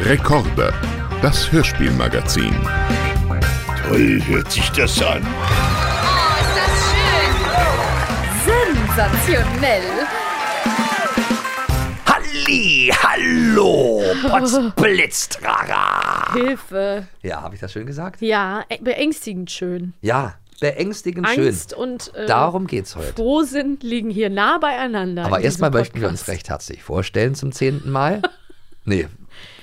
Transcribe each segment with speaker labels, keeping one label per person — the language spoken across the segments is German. Speaker 1: Rekorde, das Hörspielmagazin.
Speaker 2: Toll hört sich das an.
Speaker 3: Oh, ist das schön! Sensationell!
Speaker 4: Halli, hallo, Potzblitztrager.
Speaker 5: Hilfe.
Speaker 4: Ja, habe ich das schön gesagt?
Speaker 5: Ja, e- beängstigend schön.
Speaker 4: Ja, beängstigend
Speaker 5: Angst
Speaker 4: schön.
Speaker 5: und äh,
Speaker 4: Darum geht's heute.
Speaker 5: Frohsinn liegen hier nah beieinander.
Speaker 4: Aber
Speaker 5: in diesem
Speaker 4: erstmal möchten wir uns
Speaker 5: Podcast.
Speaker 4: recht herzlich vorstellen zum zehnten Mal. nee,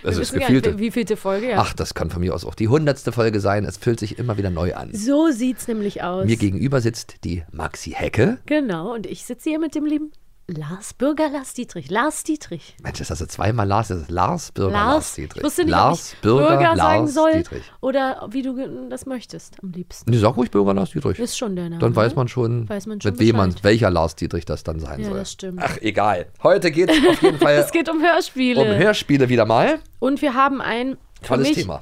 Speaker 4: also das ist
Speaker 5: Wir wissen gar nicht,
Speaker 4: gefühlte.
Speaker 5: wie- Wie vielte Folge? Ja.
Speaker 4: Ach, das kann von mir aus auch die hundertste Folge sein. Es fühlt sich immer wieder neu an.
Speaker 5: So sieht's nämlich aus.
Speaker 4: Mir gegenüber sitzt die Maxi Hecke.
Speaker 5: genau, und ich sitze hier mit dem lieben Lars Bürger, Lars Dietrich. Lars Dietrich.
Speaker 4: Mensch, das hast du zweimal Lars. Das ist Lars Bürger, Lars, Dietrich.
Speaker 5: Ich wusste nicht,
Speaker 4: Lars
Speaker 5: ob ich
Speaker 4: Bürger, Lars
Speaker 5: sagen soll
Speaker 4: Dietrich.
Speaker 5: oder wie du ge- das möchtest am liebsten.
Speaker 4: Nee, sag ruhig Bürger Lars Dietrich.
Speaker 5: Ist schon der Name.
Speaker 4: Dann weiß
Speaker 5: ne?
Speaker 4: man schon,
Speaker 5: Weiß man schon
Speaker 4: mit wem man,
Speaker 5: Bescheid.
Speaker 4: welcher Lars Dietrich das dann sein
Speaker 5: Ja,
Speaker 4: soll.
Speaker 5: das stimmt.
Speaker 4: Ach, egal. Heute geht es auf jeden Fall
Speaker 5: Es geht um Hörspiele.
Speaker 4: um Hörspiele wieder mal.
Speaker 5: und wir haben ein für
Speaker 4: Tolles
Speaker 5: mich
Speaker 4: Thema.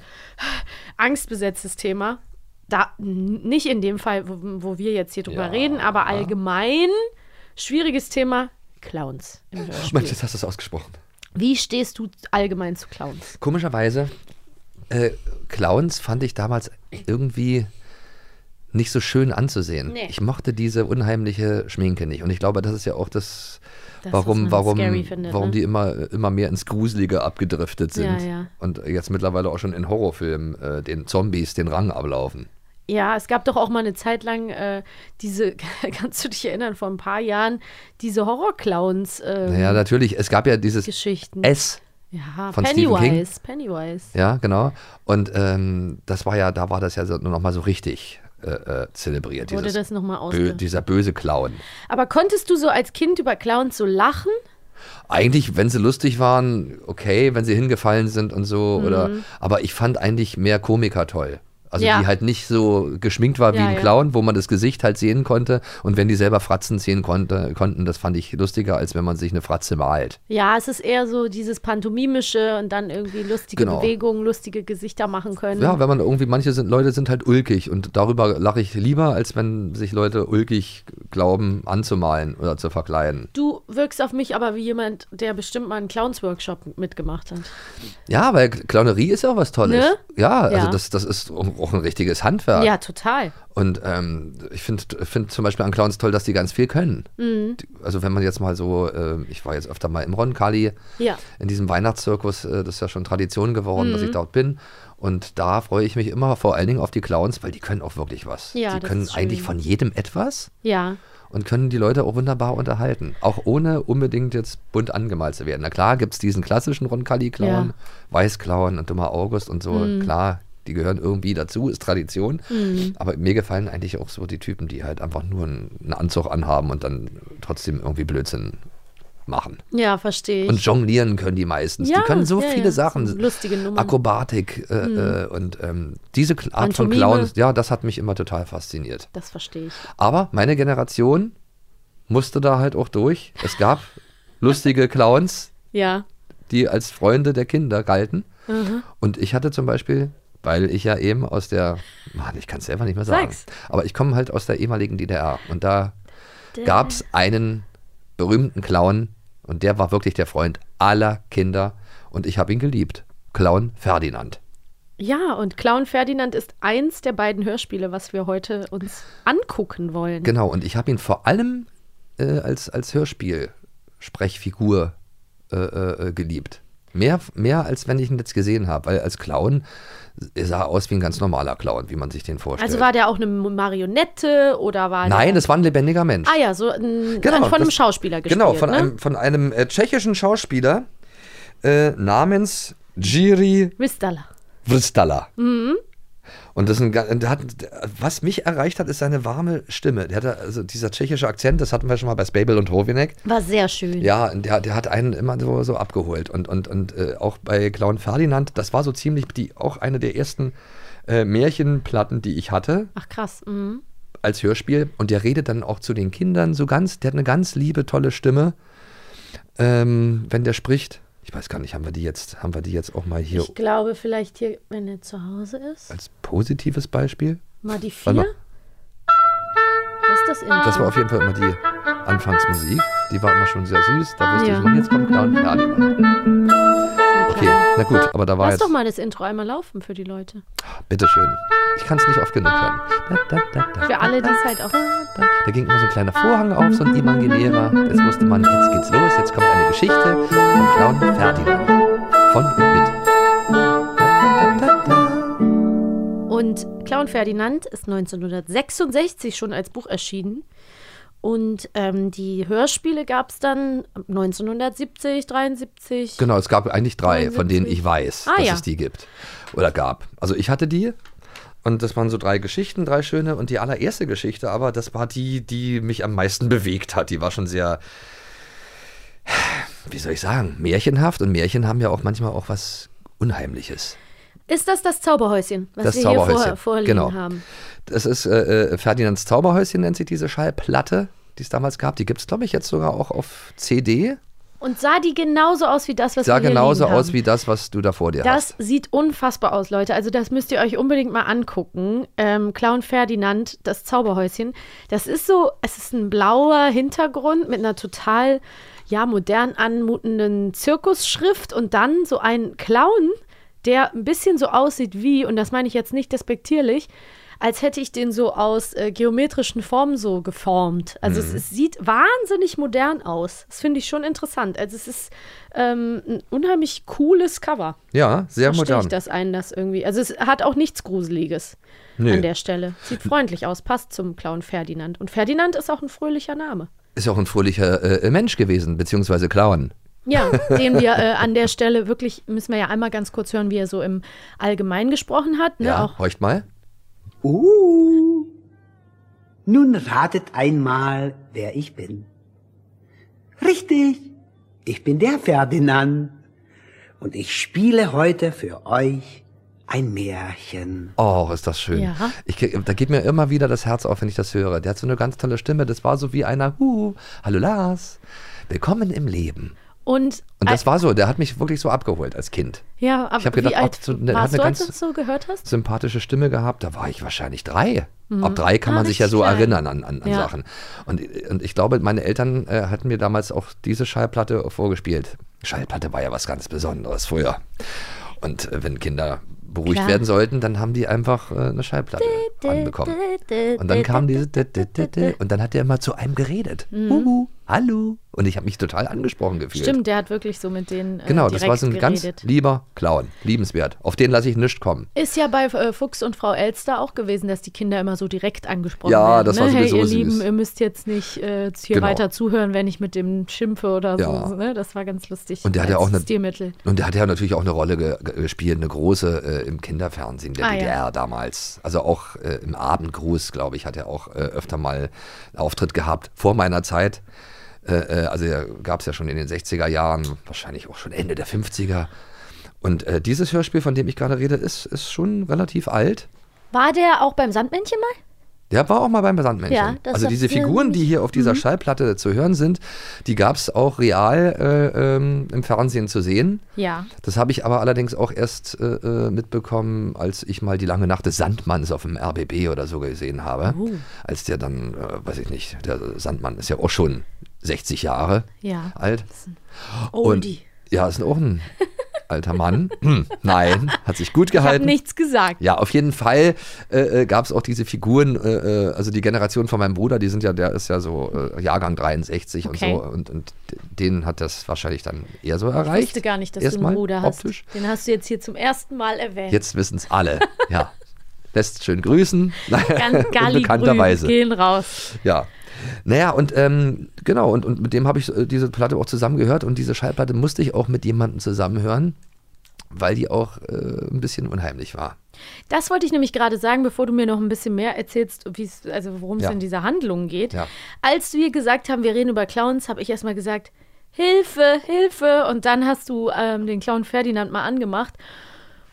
Speaker 5: angstbesetztes Thema. Da, n- nicht in dem Fall, wo, wo wir jetzt hier drüber
Speaker 4: Ja. ne?
Speaker 5: reden, aber allgemein schwieriges Thema Clowns. im Hörspiel.
Speaker 4: Mensch, jetzt hast du es ausgesprochen.
Speaker 5: Wie stehst du allgemein zu Clowns?
Speaker 4: Komischerweise, äh, Clowns fand ich damals irgendwie nicht so schön anzusehen.
Speaker 5: Nee.
Speaker 4: Ich mochte diese unheimliche Schminke nicht. Und ich glaube, das ist ja auch das,
Speaker 5: Das, was
Speaker 4: warum,
Speaker 5: man
Speaker 4: warum,
Speaker 5: scary findet,
Speaker 4: warum
Speaker 5: ne?
Speaker 4: die immer, immer mehr ins Gruselige abgedriftet
Speaker 5: Ja,
Speaker 4: sind.
Speaker 5: ja.
Speaker 4: Und jetzt mittlerweile auch schon in Horrorfilmen äh, den Zombies den Rang ablaufen.
Speaker 5: Ja, es gab doch auch mal eine Zeit lang äh, diese, kannst du dich erinnern, vor ein paar Jahren, diese äh, Horror-Clowns-Geschichten.
Speaker 4: Naja, natürlich, es gab ja dieses S
Speaker 5: ja,
Speaker 4: von Stephen King.
Speaker 5: Pennywise, Pennywise.
Speaker 4: Ja, genau. Und ähm, das war ja, da war das ja so, nur noch mal so richtig äh, äh, zelebriert.
Speaker 5: Wurde
Speaker 4: dieses
Speaker 5: das nochmal
Speaker 4: bö
Speaker 5: ausge...
Speaker 4: dieser böse Clown.
Speaker 5: Aber konntest du so als Kind über Clowns so lachen?
Speaker 4: Eigentlich, wenn sie lustig waren, okay, wenn sie hingefallen sind und so, oder aber ich fand eigentlich mehr Komiker toll. Also
Speaker 5: Mhm. Ja.
Speaker 4: die halt nicht so geschminkt war wie
Speaker 5: Ja,
Speaker 4: ein
Speaker 5: ja.
Speaker 4: Clown, wo man das Gesicht halt sehen konnte. Und wenn die selber Fratzen sehen konnte, konnten, das fand ich lustiger, als wenn man sich eine Fratze malt.
Speaker 5: Ja, es ist eher so dieses pantomimische und dann irgendwie lustige
Speaker 4: Genau.
Speaker 5: Bewegungen, lustige Gesichter machen können.
Speaker 4: Ja, wenn man irgendwie, manche sind, Leute sind halt ulkig und darüber lache ich lieber, als wenn sich Leute ulkig glauben anzumalen oder zu verkleiden.
Speaker 5: Du wirkst auf mich aber wie jemand, der bestimmt mal einen Clowns-Workshop mitgemacht hat.
Speaker 4: Ja, weil Clownerie ist ja auch was Tolles.
Speaker 5: Ne?
Speaker 4: Ja, also
Speaker 5: Ja.
Speaker 4: Das, das ist auch ein richtiges Handwerk.
Speaker 5: Ja, total.
Speaker 4: Und ähm, ich finde find zum Beispiel an Clowns toll, dass die ganz viel können.
Speaker 5: Mhm.
Speaker 4: Die- Also wenn man jetzt mal so, äh, ich war jetzt öfter mal im Roncalli,
Speaker 5: Ja.
Speaker 4: in diesem Weihnachtszirkus, äh, das ist ja schon Tradition geworden,
Speaker 5: Mhm.
Speaker 4: dass ich dort bin. Und da freue ich mich immer vor allen Dingen auf die Clowns, weil die können auch wirklich was.
Speaker 5: Ja,
Speaker 4: die
Speaker 5: das
Speaker 4: können
Speaker 5: ist schön.
Speaker 4: eigentlich von jedem etwas
Speaker 5: Ja.
Speaker 4: und können die Leute auch wunderbar unterhalten. Auch ohne unbedingt jetzt bunt angemalt zu werden. Na klar, gibt es diesen klassischen Roncalli-Clown,
Speaker 5: Ja. Mhm.
Speaker 4: Weißclown und Dummer August und so. Klar, die gehören irgendwie dazu, ist Tradition. Aber mir gefallen eigentlich auch so die Typen, die halt einfach nur einen einen Anzug anhaben und dann trotzdem irgendwie Blödsinn machen.
Speaker 5: Ja, verstehe ich.
Speaker 4: Und jonglieren können die meistens.
Speaker 5: Ja,
Speaker 4: die können so
Speaker 5: ja,
Speaker 4: viele
Speaker 5: ja,
Speaker 4: Sachen.
Speaker 5: so lustige Nummern. Mhm.
Speaker 4: Akrobatik äh, äh, und ähm, diese Kl- Art von
Speaker 5: Pantomime.
Speaker 4: Clowns, ja, das hat mich immer total fasziniert.
Speaker 5: das verstehe ich.
Speaker 4: Aber meine Generation musste da halt auch durch. Es gab lustige Clowns,
Speaker 5: Ja.
Speaker 4: die als Freunde der Kinder galten. Und ich hatte zum Beispiel, weil ich ja eben aus der, Mann, ich kann es selber nicht mehr sagen,
Speaker 5: Sag's.
Speaker 4: aber ich komme halt aus der ehemaligen DDR und da gab es einen berühmten Clown und der war wirklich der Freund aller Kinder und ich habe ihn geliebt. Clown Ferdinand.
Speaker 5: Ja, und Clown Ferdinand ist eins der beiden Hörspiele, was wir heute uns angucken wollen.
Speaker 4: Genau, und ich habe ihn vor allem äh, als, als Hörspiel-Sprechfigur äh, äh, geliebt. Mehr, mehr als wenn ich ihn jetzt gesehen habe, weil als Clown er sah aus wie ein ganz normaler Clown, wie man sich den vorstellt.
Speaker 5: also war der auch eine Marionette oder war der-
Speaker 4: Nein, das war ein lebendiger Mensch.
Speaker 5: Ah ja, so ein,
Speaker 4: Genau,
Speaker 5: von einem
Speaker 4: das-
Speaker 5: Schauspieler gespielt.
Speaker 4: genau, von
Speaker 5: ne?
Speaker 4: einem, von einem äh, tschechischen Schauspieler äh, namens Jiri
Speaker 5: Wistala.
Speaker 4: Vristala.
Speaker 5: Mhm.
Speaker 4: Und das ist ein, ga- der hat, der- was mich erreicht hat, ist seine warme Stimme. Der hatte, also dieser tschechische Akzent, das hatten wir schon mal bei Spabel und Hovinek.
Speaker 5: War sehr schön.
Speaker 4: Ja, und der, der hat einen immer so, so abgeholt. Und, und, und äh, auch bei Clown Ferdinand, das war so ziemlich die, auch eine der ersten äh, Märchenplatten, die ich hatte
Speaker 5: Ach krass. Mhm.
Speaker 4: als Hörspiel. Und der redet dann auch zu den Kindern so ganz, der hat eine ganz liebe, tolle Stimme, ähm, wenn der spricht. Ich weiß gar nicht, haben wir die jetzt, haben wir die jetzt auch mal hier
Speaker 5: Ich glaube vielleicht hier, wenn er zu Hause ist.
Speaker 4: als positives Beispiel?
Speaker 5: Mal die vier.
Speaker 4: Warte mal.
Speaker 5: Das ist das Intro.
Speaker 4: Das war auf jeden Fall immer die Anfangsmusik. Die war immer schon sehr süß. Da wusste
Speaker 5: Ja.
Speaker 4: ich, und jetzt kommt Clown Ferdinand. Okay, na gut, aber da war
Speaker 5: Lass
Speaker 4: jetzt.
Speaker 5: doch mal das Intro einmal laufen für die Leute.
Speaker 4: Bitteschön. Ich kann es nicht oft genug hören. Da, da, da, da,
Speaker 5: Für alle, die es halt auch.
Speaker 4: da. da ging immer so ein kleiner Vorhang auf, so ein imaginärer. Jetzt wusste man, jetzt geht's los, jetzt kommt eine Geschichte vom Clown Ferdinand. Von und mit. Da, da, da, da.
Speaker 5: Und Clown Ferdinand ist 1966 schon als Buch erschienen. Und ähm, die Hörspiele gab es dann 1970, 73.
Speaker 4: Genau, es gab eigentlich drei, von denen ich
Speaker 5: 72.
Speaker 4: weiß,
Speaker 5: Ah,
Speaker 4: dass
Speaker 5: ja.
Speaker 4: es die gibt. Oder gab. Also ich hatte die. Und das waren so drei Geschichten, drei schöne. Und die allererste Geschichte, aber das war die, die mich am meisten bewegt hat. Die war schon sehr, wie soll ich sagen, märchenhaft. Und Märchen haben ja auch manchmal auch was Unheimliches.
Speaker 5: Ist das das Zauberhäuschen, was
Speaker 4: Das
Speaker 5: wir
Speaker 4: Zauberhäuschen,
Speaker 5: hier vorher, vorliegen
Speaker 4: genau.
Speaker 5: haben?
Speaker 4: Das ist äh, äh, Ferdinands Zauberhäuschen, nennt sich diese Schallplatte, die es damals gab. Die gibt es, glaube ich, jetzt sogar auch auf CD.
Speaker 5: Und sah die genauso aus wie das, was
Speaker 4: Sah
Speaker 5: wir hier
Speaker 4: genauso
Speaker 5: liegen haben.
Speaker 4: aus wie das, was du da vor dir hast.
Speaker 5: Das sieht unfassbar aus, Leute. Also das müsst ihr euch unbedingt mal angucken. Ähm, Clown Ferdinand, das Zauberhäuschen. Das ist so, es ist ein blauer Hintergrund mit einer total ja modern anmutenden Zirkusschrift und dann so ein Clown, der ein bisschen so aussieht wie und das meine ich jetzt nicht despektierlich. Als hätte ich den so aus äh, geometrischen Formen so geformt. Also
Speaker 4: Mhm.
Speaker 5: es, es sieht wahnsinnig modern aus. Das finde ich schon interessant. Also es ist ähm, ein unheimlich cooles Cover.
Speaker 4: Ja, sehr
Speaker 5: Verstehe ich
Speaker 4: modern.
Speaker 5: das ein, das irgendwie. Also es hat auch nichts Gruseliges
Speaker 4: Nö.
Speaker 5: an der Stelle. Sieht freundlich aus, passt zum Clown Ferdinand. Und Ferdinand ist auch ein fröhlicher Name.
Speaker 4: Ist ja auch ein fröhlicher äh, Mensch gewesen, beziehungsweise Clown.
Speaker 5: Ja, den wir äh, an der Stelle wirklich, müssen wir ja einmal ganz kurz hören, wie er so im Allgemeinen gesprochen hat. Ne?
Speaker 4: Ja,
Speaker 5: Auch
Speaker 4: horcht mal.
Speaker 6: Uh. Nun ratet einmal, wer ich bin. Richtig, ich bin der Ferdinand und ich spiele heute für euch ein Märchen.
Speaker 4: Oh, ist das schön.
Speaker 5: Ja.
Speaker 4: Ich, krieg- da geht mir immer wieder das Herz auf, wenn ich das höre. Der hat so eine ganz tolle Stimme. Das war so wie einer, huh, hallo Lars, willkommen im Leben.
Speaker 5: Und,
Speaker 4: Und das
Speaker 5: äh,
Speaker 4: war so, der hat mich wirklich so abgeholt als Kind.
Speaker 5: ja, aber
Speaker 4: hab gedacht,
Speaker 5: wie alt
Speaker 4: ab so- ne, hat
Speaker 5: warst
Speaker 4: eine
Speaker 5: du,
Speaker 4: ganz-
Speaker 5: als du das so gehört hast?
Speaker 4: Sympathische Stimme gehabt, da war ich wahrscheinlich drei. Ab drei kann
Speaker 5: Ah,
Speaker 4: man sich ja
Speaker 5: richtig
Speaker 4: so
Speaker 5: klein.
Speaker 4: erinnern an, an, an
Speaker 5: Ja.
Speaker 4: Sachen. Und, und ich glaube, meine Eltern äh, hatten mir damals auch diese Schallplatte vorgespielt. Schallplatte war ja was ganz Besonderes früher. Und äh, wenn Kinder beruhigt
Speaker 5: Klar.
Speaker 4: werden sollten, dann haben die einfach äh, eine Schallplatte anbekommen. Und dann kam diese dit, dit, dit, dit, und dann hat er immer zu einem geredet. Huhu, hallo. Und ich habe mich total angesprochen gefühlt.
Speaker 5: Mhm. Stimmt, der hat wirklich so mit denen äh,
Speaker 4: Genau,
Speaker 5: direkt
Speaker 4: das war so ein
Speaker 5: geredet.
Speaker 4: ganz lieber Clown, liebenswert. Auf den lasse ich nichts kommen.
Speaker 5: Ist ja bei äh, Fuchs und Frau Elster auch gewesen, dass die Kinder immer so direkt angesprochen
Speaker 4: Ja,
Speaker 5: werden.
Speaker 4: das war
Speaker 5: ne?
Speaker 4: sowieso
Speaker 5: hey, ihr
Speaker 4: süß.
Speaker 5: Lieben, ihr müsst jetzt nicht äh, hier
Speaker 4: Genau.
Speaker 5: weiter zuhören, wenn ich mit dem schimpfe oder
Speaker 4: Ja.
Speaker 5: so. Ne? Das war ganz lustig.
Speaker 4: Und der hat ja
Speaker 5: als
Speaker 4: auch eine-
Speaker 5: Stilmittel.
Speaker 4: Und der hat ja natürlich auch eine Rolle ge- ge- gespielt, eine große äh, im Kinderfernsehen der
Speaker 5: Ah, ja.
Speaker 4: DDR damals. Also auch äh, im Abendgruß, glaube ich, hat er auch äh, öfter mal einen Auftritt gehabt. Vor meiner Zeit. Äh, äh, also gab es ja schon in den 60er Jahren, wahrscheinlich auch schon Ende der 50er. Und äh, dieses Hörspiel, von dem ich gerade rede, ist, ist schon relativ alt.
Speaker 5: War der auch beim Sandmännchen mal?
Speaker 4: Der war auch mal beim Sandmännchen.
Speaker 5: Ja, Mhm. das
Speaker 4: also
Speaker 5: hat
Speaker 4: diese
Speaker 5: mir
Speaker 4: Figuren, die
Speaker 5: nämlich-
Speaker 4: hier auf dieser Schallplatte zu hören sind, die gab es auch real äh, ähm, im Fernsehen zu sehen.
Speaker 5: Ja.
Speaker 4: Das habe ich aber allerdings auch erst äh, äh, mitbekommen, als ich mal die lange Nacht des Sandmanns auf dem RBB oder so gesehen habe.
Speaker 5: Oh.
Speaker 4: Als der dann, äh, weiß ich nicht, der Sandmann ist ja auch schon 60 Jahre
Speaker 5: Ja. Oh,
Speaker 4: alt. Und,
Speaker 5: Oldie.
Speaker 4: ja, ist auch ein alter Mann. Hm, Nein, hat sich gut
Speaker 5: Ich habe
Speaker 4: gehalten.
Speaker 5: nichts gesagt.
Speaker 4: Ja, auf jeden Fall äh, äh, gab es auch diese Figuren, äh, äh, also die Generation von meinem Bruder, die sind ja, der ist ja so äh, Jahrgang 63
Speaker 5: Okay.
Speaker 4: und so und, und den hat das wahrscheinlich dann eher so
Speaker 5: Ich
Speaker 4: erreicht.
Speaker 5: wusste gar nicht, dass du
Speaker 4: Erstmal
Speaker 5: einen Bruder
Speaker 4: optisch.
Speaker 5: hast. Den hast du jetzt hier zum ersten Mal erwähnt.
Speaker 4: Jetzt wissen es alle, ja. Lässt schön grüßen,
Speaker 5: Ganz Galli-Grün
Speaker 4: bekannterweise.
Speaker 5: gehen raus.
Speaker 4: Ja. Naja, und ähm, genau, und, und mit dem habe ich äh, diese Platte auch zusammen gehört und diese Schallplatte musste ich auch mit jemandem zusammen hören, weil die auch äh, ein bisschen unheimlich war.
Speaker 5: Das wollte ich nämlich gerade sagen, bevor du mir noch ein bisschen mehr erzählst, wie's- also worum es
Speaker 4: Ja.
Speaker 5: in dieser Handlung geht.
Speaker 4: Ja.
Speaker 5: Als wir gesagt haben, wir reden über Clowns, habe ich erstmal gesagt, Hilfe, Hilfe. Und dann hast du ähm, den Clown Ferdinand mal angemacht.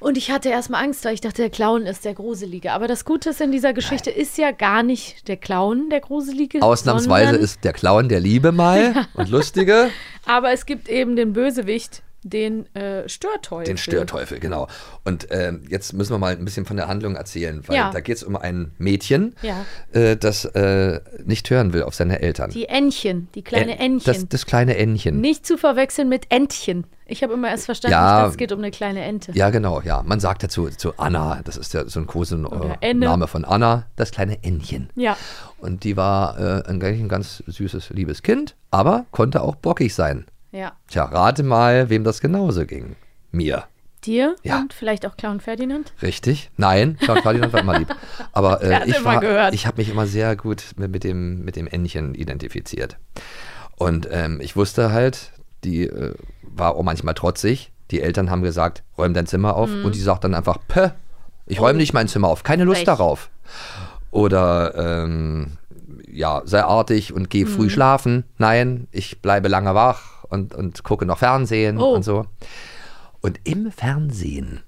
Speaker 5: Und ich hatte erstmal Angst, weil ich dachte, der Clown ist der Gruselige. Aber das Gute ist in dieser Geschichte ist ja gar nicht der Clown der Gruselige.
Speaker 4: Ausnahmsweise
Speaker 5: sondern-
Speaker 4: ist der Clown der Liebe mal und lustige.
Speaker 5: Aber es gibt eben den Bösewicht,
Speaker 7: den äh, Störteufel.
Speaker 4: Den Störteufel, genau. Und ähm, jetzt müssen wir mal ein bisschen von der Handlung erzählen, weil
Speaker 5: Ja.
Speaker 4: da geht es um ein Mädchen,
Speaker 5: Ja.
Speaker 4: äh, das äh, nicht hören will auf seine Eltern.
Speaker 5: Die Entchen, die kleine
Speaker 4: Ä-
Speaker 5: Entchen.
Speaker 4: Das, das kleine Entchen.
Speaker 5: Nicht zu verwechseln mit Entchen. Ich habe immer erst verstanden,
Speaker 4: Ja.
Speaker 5: es geht um eine kleine Ente.
Speaker 4: Ja, genau, ja. Man sagt dazu zu Anna, das ist ja so ein
Speaker 5: Oder
Speaker 4: Kosename äh,
Speaker 5: Enne.
Speaker 4: Name von Anna, das kleine Ennchen.
Speaker 5: Ja.
Speaker 4: Und die war äh, ein, ganz- ein ganz süßes, liebes Kind, aber konnte auch bockig sein.
Speaker 5: Ja.
Speaker 4: Tja, rate mal, wem das genauso ging. Mir.
Speaker 5: Dir
Speaker 4: Ja.
Speaker 5: und vielleicht auch Clown Ferdinand.
Speaker 4: Richtig? Nein, Clown Ferdinand war immer lieb. Aber
Speaker 5: Der
Speaker 4: äh,
Speaker 5: hat's
Speaker 4: ich,
Speaker 5: immer
Speaker 4: war-
Speaker 5: gehört.
Speaker 4: ich habe mich immer sehr gut mit, mit, dem, mit dem Entchen identifiziert. Und ähm, ich wusste halt, die äh, war auch manchmal trotzig. Die Eltern haben gesagt, räum dein Zimmer auf. Und die sagt dann einfach, Pö, ich räume nicht mein Zimmer auf, keine Lust
Speaker 5: Mhm. Oh. Frech.
Speaker 4: darauf. Oder ähm, ja, sei artig und geh
Speaker 5: Mhm.
Speaker 4: früh schlafen. Nein, ich bleibe lange wach und, und gucke noch Fernsehen
Speaker 5: Oh.
Speaker 4: und so. Und im Fernsehen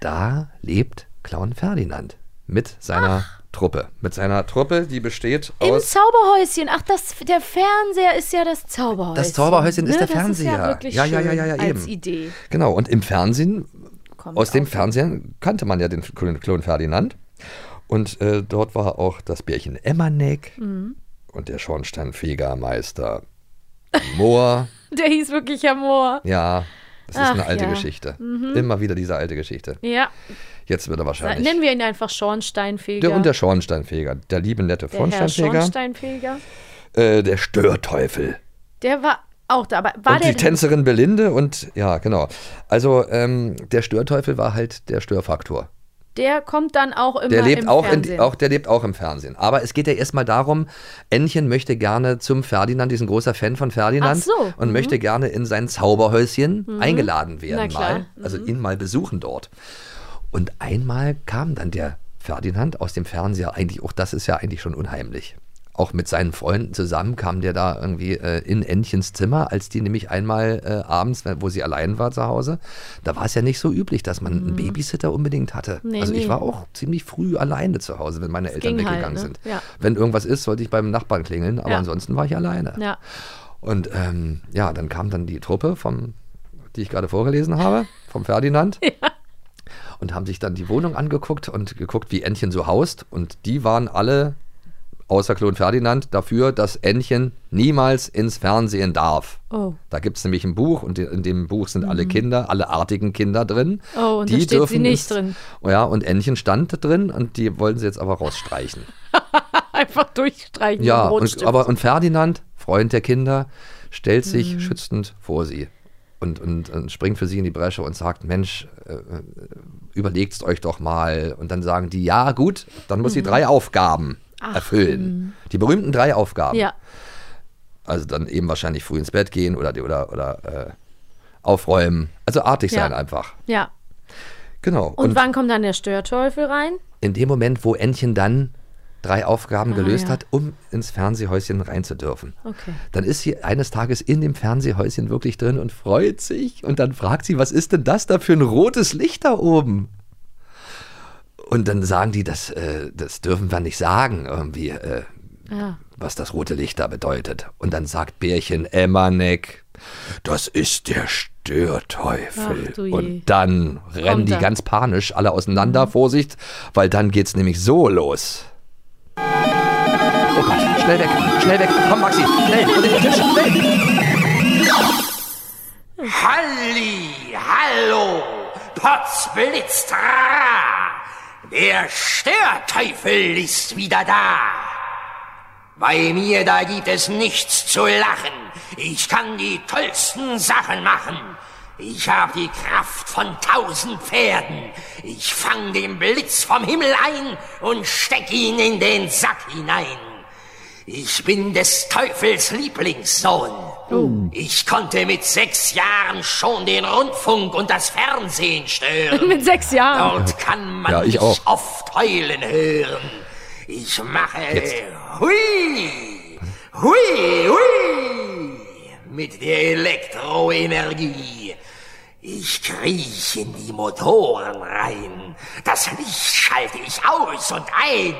Speaker 4: da lebt Clown Ferdinand mit seiner Truppe. Mit seiner Truppe, die besteht
Speaker 5: Im
Speaker 4: aus.
Speaker 5: Zauberhäuschen. Ach, das, der Fernseher ist ja das Zauberhäuschen. Ne,
Speaker 4: Das Zauberhäuschen ist der Fernseher.
Speaker 5: Das ist ja wirklich
Speaker 4: Ja, ja, ja,
Speaker 5: schön
Speaker 4: ja, ja,
Speaker 5: als
Speaker 4: eben.
Speaker 5: Idee.
Speaker 4: Genau, und im Fernsehen,
Speaker 5: Kommt
Speaker 4: aus dem
Speaker 5: auch.
Speaker 4: Fernsehen kannte man ja den Clown Clown Ferdinand. Und äh, dort war auch das Bärchen Emmerneck
Speaker 5: Mhm.
Speaker 4: und der Schornsteinfegermeister Moor.
Speaker 5: Der hieß wirklich Herr Moor.
Speaker 4: Ja, das ist
Speaker 5: Ach,
Speaker 4: eine alte
Speaker 5: ja. Mhm.
Speaker 4: Geschichte. Immer wieder diese alte Geschichte.
Speaker 5: Ja,
Speaker 4: Jetzt wird er wahrscheinlich.
Speaker 5: nennen wir ihn einfach Schornsteinfeger.
Speaker 4: der und der Schornsteinfeger, der liebe nette
Speaker 5: Der Herr
Speaker 4: Schornsteinfeger,
Speaker 5: Schornsteinfeger.
Speaker 4: äh, der Störteufel.
Speaker 5: Der war auch da, aber war
Speaker 4: und
Speaker 5: der
Speaker 4: die Tänzerin Belinde und ja, genau. Also ähm, der Störteufel war halt der Störfaktor.
Speaker 5: der kommt dann auch immer
Speaker 4: Der lebt
Speaker 5: im
Speaker 4: auch, in,
Speaker 5: Fernsehen.
Speaker 4: auch, der lebt auch im Fernsehen. Aber es geht ja erstmal darum, Ännchen möchte gerne zum Ferdinand, die ist ein großer Fan von Ferdinand
Speaker 5: Ach so, Mhm.
Speaker 4: und möchte gerne in sein Zauberhäuschen eingeladen werden
Speaker 5: Na klar, Mhm.
Speaker 4: mal, also ihn mal besuchen dort. Und einmal kam dann der Ferdinand aus dem Fernseher, eigentlich auch das ist ja eigentlich schon unheimlich. Auch mit seinen Freunden zusammen kam der da irgendwie äh, in Ännchens Zimmer, als die nämlich einmal äh, abends, wo sie allein war zu Hause, da war es ja nicht so üblich, dass man einen Babysitter unbedingt hatte.
Speaker 5: Mhm. Nee,
Speaker 4: also ich
Speaker 5: nee.
Speaker 4: war auch ziemlich früh alleine zu Hause, wenn meine Eltern
Speaker 5: ging halt,
Speaker 4: weggegangen
Speaker 5: ne?
Speaker 4: sind.
Speaker 5: Ja.
Speaker 4: Wenn irgendwas ist, sollte ich beim Nachbarn klingeln, aber
Speaker 5: Ja.
Speaker 4: ansonsten war ich alleine.
Speaker 5: Ja.
Speaker 4: Und ähm, ja, dann kam dann die Truppe vom, die ich gerade vorgelesen habe, vom Ferdinand. Und haben sich dann die Wohnung angeguckt und geguckt, wie Entchen so haust. Und die waren alle, außer Klon Ferdinand, dafür, dass Entchen niemals ins Fernsehen darf.
Speaker 5: Oh.
Speaker 4: Da gibt es nämlich ein Buch und in dem Buch sind alle Kinder, alle artigen Kinder drin.
Speaker 5: Mhm. Oh, und da steht sie nicht
Speaker 4: ins-
Speaker 5: drin.
Speaker 4: Oh ja, und Entchen stand da drin und die wollten sie jetzt aber rausstreichen.
Speaker 5: Einfach durchstreichen.
Speaker 4: Ja,
Speaker 5: mit dem
Speaker 4: und,
Speaker 5: Rotstift.
Speaker 4: aber und Ferdinand, Freund der Kinder, stellt sich
Speaker 5: Mhm.
Speaker 4: schützend vor sie und, und, und springt für sie in die Bresche und sagt, Mensch, äh, überlegt's euch doch mal. Und dann sagen die, ja gut, dann
Speaker 5: Mhm.
Speaker 4: muss sie drei Aufgaben erfüllen. Die berühmten drei Aufgaben.
Speaker 5: ja,
Speaker 4: Also dann eben wahrscheinlich früh ins Bett gehen oder, oder, oder äh, aufräumen. Also artig
Speaker 5: Ja.
Speaker 4: sein einfach.
Speaker 5: ja.
Speaker 4: Genau.
Speaker 5: Und, wann kommt dann der Störteufel rein?
Speaker 4: in dem Moment, wo Entchen dann drei Aufgaben gelöst
Speaker 5: Ah, ja.
Speaker 4: hat, um ins Fernsehhäuschen rein zu dürfen.
Speaker 5: Okay.
Speaker 4: Dann ist sie eines Tages in dem Fernsehhäuschen wirklich drin und freut sich. Und dann fragt sie, was ist denn das da für ein rotes Licht da oben? Und dann sagen die, das, äh, das dürfen wir nicht sagen, irgendwie, äh,
Speaker 5: Ja.
Speaker 4: was das rote Licht da bedeutet. Und dann sagt Bärchen Emmerneck, das ist der Störteufel.
Speaker 5: Ach du je.
Speaker 4: und dann rennen die
Speaker 5: er. Mhm.
Speaker 4: ganz panisch alle auseinander, Vorsicht, weil dann geht's nämlich so los. Oh Gott, schnell weg, schnell weg, komm Maxi, schnell, unter den Tisch, schnell.
Speaker 8: Halli, hallo, Potzblitz, trara. der Störteufel ist wieder da. Bei mir, da gibt es nichts zu lachen. Ich kann die tollsten Sachen machen. Ich hab die Kraft von tausend Pferden. Ich fang den Blitz vom Himmel ein und steck ihn in den Sack hinein. Ich bin des Teufels Lieblingssohn. Ich konnte mit sechs Jahren schon den Rundfunk und das Fernsehen stören.
Speaker 5: Mit sechs Jahren.
Speaker 8: Dort kann man
Speaker 4: Ja, ich
Speaker 8: mich
Speaker 4: auch.
Speaker 8: oft heulen hören. Ich mache
Speaker 4: Jetzt.
Speaker 8: hui, hui, hui mit der Elektroenergie. Ich kriech in die Motoren rein. Das Licht schalte ich aus und ein.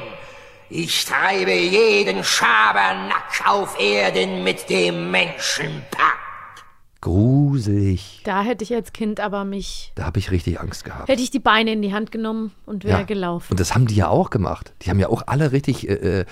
Speaker 8: Ich treibe jeden Schabernack auf Erden mit dem Menschenpack.
Speaker 4: gruselig.
Speaker 5: Da hätte ich als Kind aber mich,
Speaker 4: Da habe ich richtig Angst gehabt.
Speaker 5: hätte ich die Beine in die Hand genommen und wäre gelaufen.
Speaker 4: Und das haben die ja auch gemacht. Die haben ja auch alle richtig äh, äh,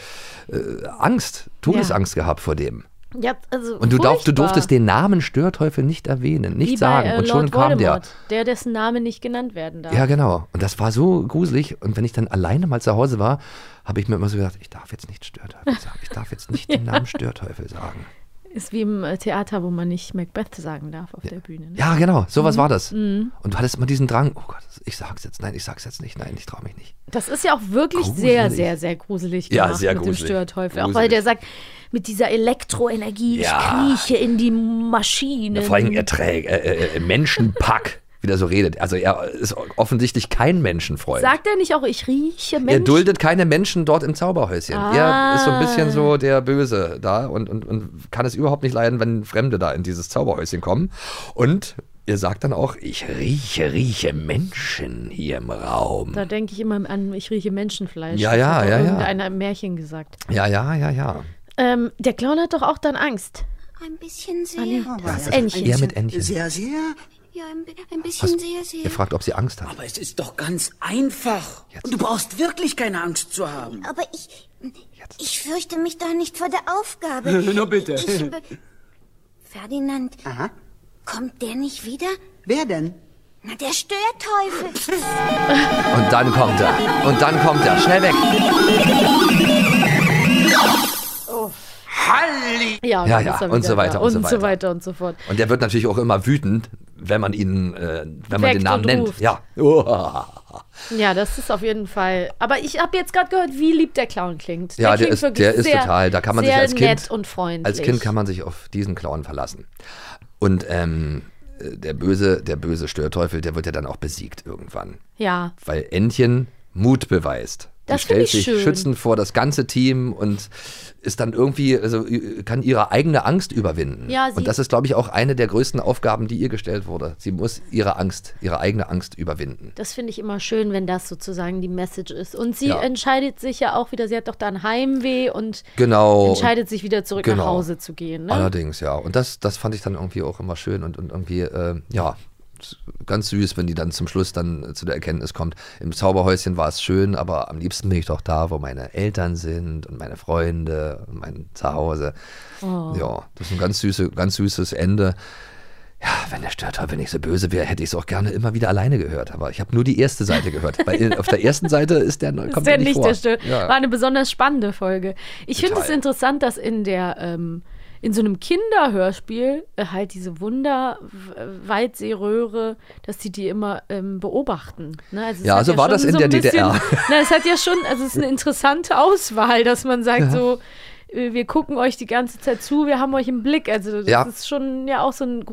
Speaker 4: äh, Angst, Todesangst gehabt vor dem.
Speaker 5: Ja, also
Speaker 4: Und du, darf, du
Speaker 5: furchtbar.
Speaker 4: durftest den Namen Störteufel nicht erwähnen, nicht
Speaker 5: Wie
Speaker 4: sagen.
Speaker 5: Bei, äh,
Speaker 4: und schon
Speaker 5: Lord
Speaker 4: kam der.
Speaker 5: Voldemort, der. dessen Name nicht genannt werden darf.
Speaker 4: Ja, genau. Und das war so gruselig. Und wenn ich dann alleine mal zu Hause war, habe ich mir immer so gedacht, ich darf jetzt nicht Störteufel sagen. Ich darf jetzt nicht den Namen Störteufel sagen.
Speaker 5: Ist wie im äh, Theater, wo man nicht Macbeth sagen darf auf der Bühne. Ne?
Speaker 4: Ja, genau. Sowas war das.
Speaker 5: Mhm.
Speaker 4: Und du hattest immer diesen Drang, oh Gott, ich sag's jetzt. Nein, ich sag's jetzt nicht. Nein, ich traue mich nicht.
Speaker 5: Das ist ja auch wirklich
Speaker 4: Gruselig.
Speaker 5: sehr, sehr, sehr gruselig
Speaker 4: Ja,
Speaker 5: gemacht
Speaker 4: sehr
Speaker 5: mit
Speaker 4: gruselig.
Speaker 5: dem Störteufel. Auch weil
Speaker 4: Gruselig.
Speaker 5: der sagt, mit dieser Elektroenergie,
Speaker 4: Ja.
Speaker 5: ich krieche in die Maschine.
Speaker 4: Vor allem er trägt äh, äh, Menschenpack, wie der so redet. Also er ist offensichtlich kein Menschenfreund.
Speaker 5: Sagt er nicht auch, ich rieche
Speaker 4: Er
Speaker 5: Menschen?
Speaker 4: duldet keine Menschen dort im Zauberhäuschen. Er
Speaker 5: Ah.
Speaker 4: ist so ein bisschen so der Böse da und, und, und kann es überhaupt nicht leiden, wenn Fremde da in dieses Zauberhäuschen kommen. Und er sagt dann auch, ich rieche, rieche Menschen hier im Raum.
Speaker 5: da denke ich immer an, ich rieche Menschenfleisch.
Speaker 4: Ja,
Speaker 5: Das
Speaker 4: ja,
Speaker 5: hat doch
Speaker 4: ja, ja.
Speaker 5: irgendeiner im Märchen gesagt.
Speaker 4: Ja, ja, ja, ja.
Speaker 5: Ähm, der Clown hat doch auch dann Angst.
Speaker 9: Ein bisschen sehr.
Speaker 5: Das Entchen.
Speaker 4: Er mit Entchen.
Speaker 10: Sehr, sehr.
Speaker 9: Ja, ein, bi- ein bisschen sehr, sehr.
Speaker 4: Er Also, fragt, ob sie Angst hat.
Speaker 10: Aber es ist doch ganz einfach. Und du brauchst wirklich keine Angst zu haben.
Speaker 9: Aber ich. Ich fürchte mich doch nicht vor der Aufgabe.
Speaker 10: Na bitte.
Speaker 9: Ich, be- Ferdinand,
Speaker 6: Aha.
Speaker 9: kommt der nicht wieder?
Speaker 6: Wer denn?
Speaker 9: Na, der Störteufel.
Speaker 4: Und dann kommt er. Und dann kommt er. Schnell weg.
Speaker 8: Halli!
Speaker 5: Ja, und,
Speaker 4: Ja,
Speaker 5: dann
Speaker 4: ja,
Speaker 5: ist er
Speaker 4: und
Speaker 5: wieder
Speaker 4: so weiter
Speaker 5: da.
Speaker 4: und so
Speaker 5: so
Speaker 4: weiter.
Speaker 5: weiter und so fort.
Speaker 4: Und er wird natürlich auch immer wütend, wenn man ihn, äh, wenn man
Speaker 5: Weckt
Speaker 4: den Namen
Speaker 5: und
Speaker 4: nennt.
Speaker 5: ruft.
Speaker 4: Ja. Oh. Uah.
Speaker 5: Ja, das ist auf jeden Fall. Aber ich habe jetzt gerade gehört, wie lieb der Clown klingt.
Speaker 4: Ja, der
Speaker 5: klingt
Speaker 4: ist, der ist total. Da kann man
Speaker 5: sehr
Speaker 4: sich als Kind.
Speaker 5: nett und freundlich.
Speaker 4: Als Kind kann man sich auf diesen Clown verlassen. Und ähm, äh, der böse, der böse Störteufel, der wird ja dann auch besiegt irgendwann.
Speaker 5: Ja,
Speaker 4: Weil Entchen Mut beweist. Die
Speaker 5: Das
Speaker 4: stellt
Speaker 5: find ich
Speaker 4: sich
Speaker 5: schön.
Speaker 4: schützend vor das ganze Team und ist dann irgendwie, also äh, kann ihre eigene Angst überwinden.
Speaker 5: Ja, sie-
Speaker 4: und das ist, glaube ich, auch eine der größten Aufgaben, die ihr gestellt wurde. Sie muss ihre Angst, ihre eigene Angst überwinden.
Speaker 5: das finde ich immer schön, wenn das sozusagen die Message ist. Und sie
Speaker 4: Ja.
Speaker 5: entscheidet sich ja auch wieder, sie hat doch dann Heimweh und
Speaker 4: Genau.
Speaker 5: entscheidet sich wieder zurück
Speaker 4: Genau.
Speaker 5: nach Hause zu gehen. Ne?
Speaker 4: Allerdings, ja. Und das, das fand ich dann irgendwie auch immer schön und, und irgendwie, äh, ja, s- ganz süß, wenn die dann zum Schluss dann äh, zu der Erkenntnis kommt, im Zauberhäuschen war es schön, aber am liebsten bin ich doch da, wo meine Eltern sind und meine Freunde und mein Zuhause.
Speaker 5: Oh.
Speaker 4: Ja, das ist ein ganz, süße, ganz süßes Ende. Ja, wenn der Störteufel nicht so böse wäre, hätte ich es auch gerne immer wieder alleine gehört. Aber ich habe nur die erste Seite gehört. Weil in- auf der ersten Seite ist der, kommt
Speaker 5: Ist ja
Speaker 4: der
Speaker 5: nicht
Speaker 4: vor.
Speaker 5: der Stö
Speaker 4: Ja.
Speaker 5: War eine besonders spannende Folge. Ich finde es
Speaker 4: Total.
Speaker 5: interessant, dass in der ähm, in so einem Kinderhörspiel äh, halt diese Wunder w- Weitseeröhre, dass sie die immer ähm, beobachten. Ne? Also es
Speaker 4: Ja,
Speaker 5: hat
Speaker 4: so war
Speaker 5: schon
Speaker 4: das in der
Speaker 5: ein bisschen-
Speaker 4: DDR.
Speaker 5: Na, es hat ja schon, also es ist eine interessante Auswahl, dass man sagt so. äh, Wir gucken euch die ganze Zeit zu, wir haben euch im Blick. Also, das
Speaker 4: Ja.
Speaker 5: ist schon ja auch so ein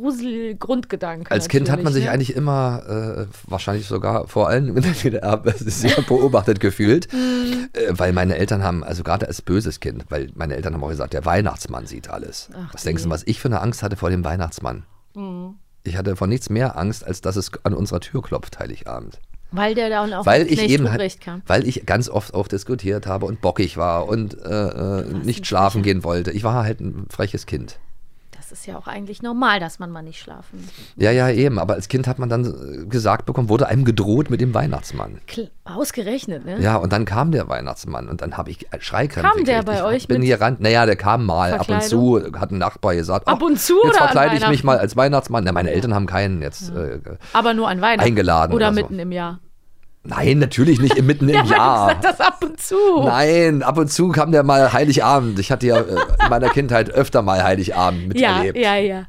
Speaker 5: Grusel-Grundgedanke.
Speaker 4: Als Kind hat man sich
Speaker 5: natürlich,
Speaker 4: eigentlich
Speaker 5: ne?
Speaker 4: immer, äh, wahrscheinlich sogar vor allem in der DDR, sehr beobachtet gefühlt,
Speaker 5: Mhm.
Speaker 4: äh, weil meine Eltern haben, also gerade als böses Kind, weil meine Eltern haben auch gesagt, der Weihnachtsmann sieht alles. was denkst du, was ich für eine Angst hatte vor dem Weihnachtsmann?
Speaker 5: Mhm.
Speaker 4: Ich hatte vor nichts mehr Angst, als dass es an unserer Tür klopft, Heiligabend.
Speaker 5: Weil der dann auch
Speaker 4: Weil
Speaker 5: mit
Speaker 4: ich
Speaker 5: Knecht
Speaker 4: eben, halt-
Speaker 5: Ruprecht kam.
Speaker 4: weil ich ganz oft auch diskutiert habe und bockig war und äh, äh, nicht schlafen gehen wollte. Ich war halt ein freches Kind.
Speaker 5: Das ist ja auch eigentlich normal, dass man mal nicht schlafen will.
Speaker 4: Ja, ja, eben. Aber als Kind hat man dann äh, gesagt bekommen, wurde einem gedroht mit dem Weihnachtsmann.
Speaker 5: Kl- Ausgerechnet, ne?
Speaker 4: Ja, und dann kam der Weihnachtsmann und dann habe ich Schreikrämpfe
Speaker 5: Kam der
Speaker 4: gekriegt.
Speaker 5: bei
Speaker 4: ich
Speaker 5: euch
Speaker 4: bin
Speaker 5: mit
Speaker 4: hier ran. Naja, der kam mal
Speaker 5: Verkleidung?
Speaker 4: ab und zu, hat ein Nachbar gesagt.
Speaker 5: Ab
Speaker 4: "Ach,
Speaker 5: und zu
Speaker 4: Jetzt
Speaker 5: oder an
Speaker 4: verkleide ich mich
Speaker 5: Weihnachten?"
Speaker 4: mal als Weihnachtsmann. Na, meine Eltern haben keinen jetzt. Äh,
Speaker 5: Aber nur an Weihnachten.
Speaker 4: Eingeladen
Speaker 5: Oder,
Speaker 4: oder so.
Speaker 5: mitten im Jahr.
Speaker 4: nein, natürlich nicht im- mitten im Jahr.
Speaker 5: Sag das ab und zu.
Speaker 4: Nein, ab und zu kam der mal Heiligabend. Ich hatte ja äh, in meiner Kindheit öfter mal Heiligabend
Speaker 5: Ja,
Speaker 4: miterlebt.
Speaker 5: ja, ja.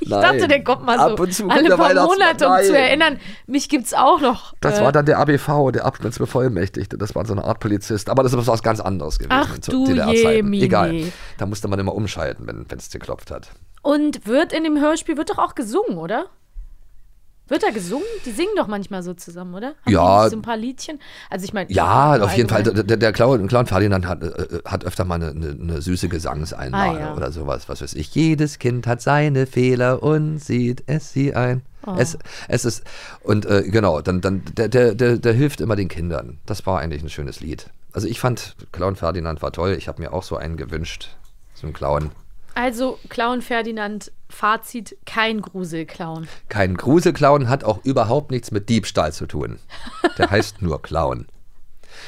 Speaker 4: ich
Speaker 5: dachte, der kommt mal so.
Speaker 4: Ab und zu kommt
Speaker 5: alle
Speaker 4: der
Speaker 5: paar
Speaker 4: Weihnachtsmann.
Speaker 5: Monate, um zu
Speaker 4: Nein.
Speaker 5: erinnern, mich gibt's auch noch.
Speaker 4: Das
Speaker 5: Äh,
Speaker 4: war dann der ABV, der Abschnittsbevollmächtigte. Das war so eine Art Polizist. Aber das ist was ganz anderes gewesen.
Speaker 5: Ach
Speaker 4: zu
Speaker 5: du
Speaker 4: DDR-Zeiten.
Speaker 5: je, Mini.
Speaker 4: Egal. Da musste man immer umschalten, wenn es geklopft hat.
Speaker 5: und wird in dem Hörspiel, wird doch auch gesungen, oder? Wird da gesungen? Die singen doch manchmal so zusammen, oder? Haben
Speaker 4: Ja.
Speaker 5: Die nicht so ein paar Liedchen. Also ne. ich meine.
Speaker 4: Ja, auf jeden Fall.
Speaker 5: allgemein.
Speaker 4: Der, der Clown, Clown Ferdinand hat, äh, hat öfter mal eine, eine, eine süße Gesangseinlage
Speaker 5: Ah, ja.
Speaker 4: oder sowas. Was weiß ich. Jedes Kind hat seine Fehler und sieht es sie ein.
Speaker 5: Oh.
Speaker 4: Es, es ist und äh, genau, dann, dann der, der, der, der hilft immer den Kindern. Das war eigentlich ein schönes Lied. Also ich fand Clown Ferdinand war toll. Ich habe mir auch so einen gewünscht, so einen Clown.
Speaker 5: Also Clown Ferdinand, Fazit, kein Gruselclown.
Speaker 4: Kein Gruselclown hat auch überhaupt nichts mit Diebstahl zu tun. Der heißt nur Clown.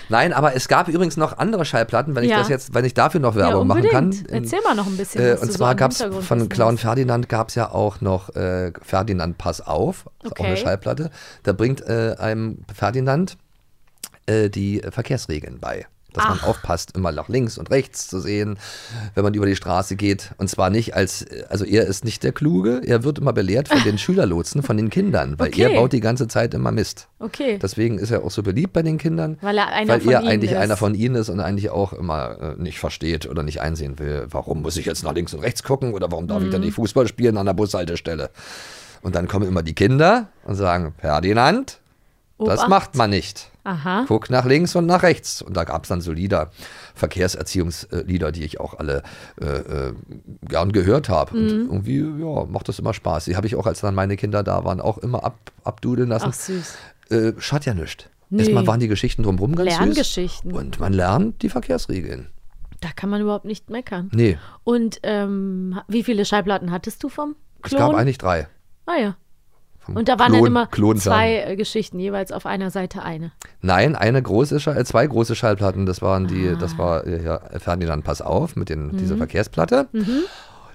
Speaker 4: Nein, aber es gab übrigens noch andere Schallplatten, wenn ich
Speaker 5: Ja.
Speaker 4: das jetzt, wenn ich dafür noch Werbung machen kann.
Speaker 5: unbedingt. Erzähl mal noch ein bisschen,
Speaker 4: Äh,
Speaker 5: was
Speaker 4: und
Speaker 5: du so
Speaker 4: zwar
Speaker 5: am
Speaker 4: gab es
Speaker 5: Hintergrund
Speaker 4: von
Speaker 5: wissen
Speaker 4: Clown
Speaker 5: willst.
Speaker 4: Ferdinand gab es ja auch noch äh, Ferdinand Pass auf, ist auch eine
Speaker 5: Okay.
Speaker 4: Schallplatte. Da bringt äh, einem Ferdinand äh, die Verkehrsregeln bei. Dass
Speaker 5: Ach.
Speaker 4: man aufpasst, immer nach links und rechts zu sehen, wenn man über die Straße geht. Und zwar nicht als, also er ist nicht der Kluge, er wird immer belehrt von den Schülerlotsen, von den Kindern, weil er
Speaker 5: Okay.
Speaker 4: baut die ganze Zeit immer Mist.
Speaker 5: Okay.
Speaker 4: Deswegen ist er auch so beliebt bei den Kindern,
Speaker 5: Weil er einer von ihnen
Speaker 4: eigentlich
Speaker 5: ist.
Speaker 4: einer von ihnen ist und eigentlich auch immer äh, nicht versteht oder nicht einsehen will, warum muss ich jetzt nach links und rechts gucken oder warum darf ich
Speaker 5: Mhm.
Speaker 4: dann nicht Fußball spielen an der Bushaltestelle. Und dann kommen immer die Kinder und sagen, Ferdinand, das
Speaker 5: Obacht.
Speaker 4: macht man nicht.
Speaker 5: Aha.
Speaker 4: Guck nach links und nach rechts. Und da gab es dann so Lieder, Verkehrserziehungslieder, die ich auch alle äh, äh, gern gehört habe.
Speaker 5: Mhm.
Speaker 4: Und irgendwie, ja, macht das immer Spaß. Die habe ich auch, als dann meine Kinder da waren, auch immer ab, abdudeln lassen.
Speaker 5: Ach, süß.
Speaker 4: Äh, schadet ja nichts.
Speaker 5: Nee.
Speaker 4: Erstmal waren die Geschichten drumherum ganz
Speaker 5: Lerngeschichten.
Speaker 4: süß. Und man lernt die Verkehrsregeln.
Speaker 5: Da kann man überhaupt nicht meckern.
Speaker 4: Nee,
Speaker 5: Und ähm, wie viele Schallplatten hattest du vom
Speaker 4: es
Speaker 5: Klon?
Speaker 4: gab eigentlich drei.
Speaker 5: ah ja.
Speaker 4: Vom
Speaker 5: Und da waren dann
Speaker 4: Klon-
Speaker 5: immer
Speaker 4: Klonfern.
Speaker 5: zwei äh, Geschichten, jeweils auf einer Seite eine.
Speaker 4: Nein, eine große, Schall- äh, zwei große Schallplatten. Das waren die,
Speaker 5: Ah.
Speaker 4: das war äh, ja, Ferdinand Pass auf mit den, dieser
Speaker 5: Mhm.
Speaker 4: Verkehrsplatte.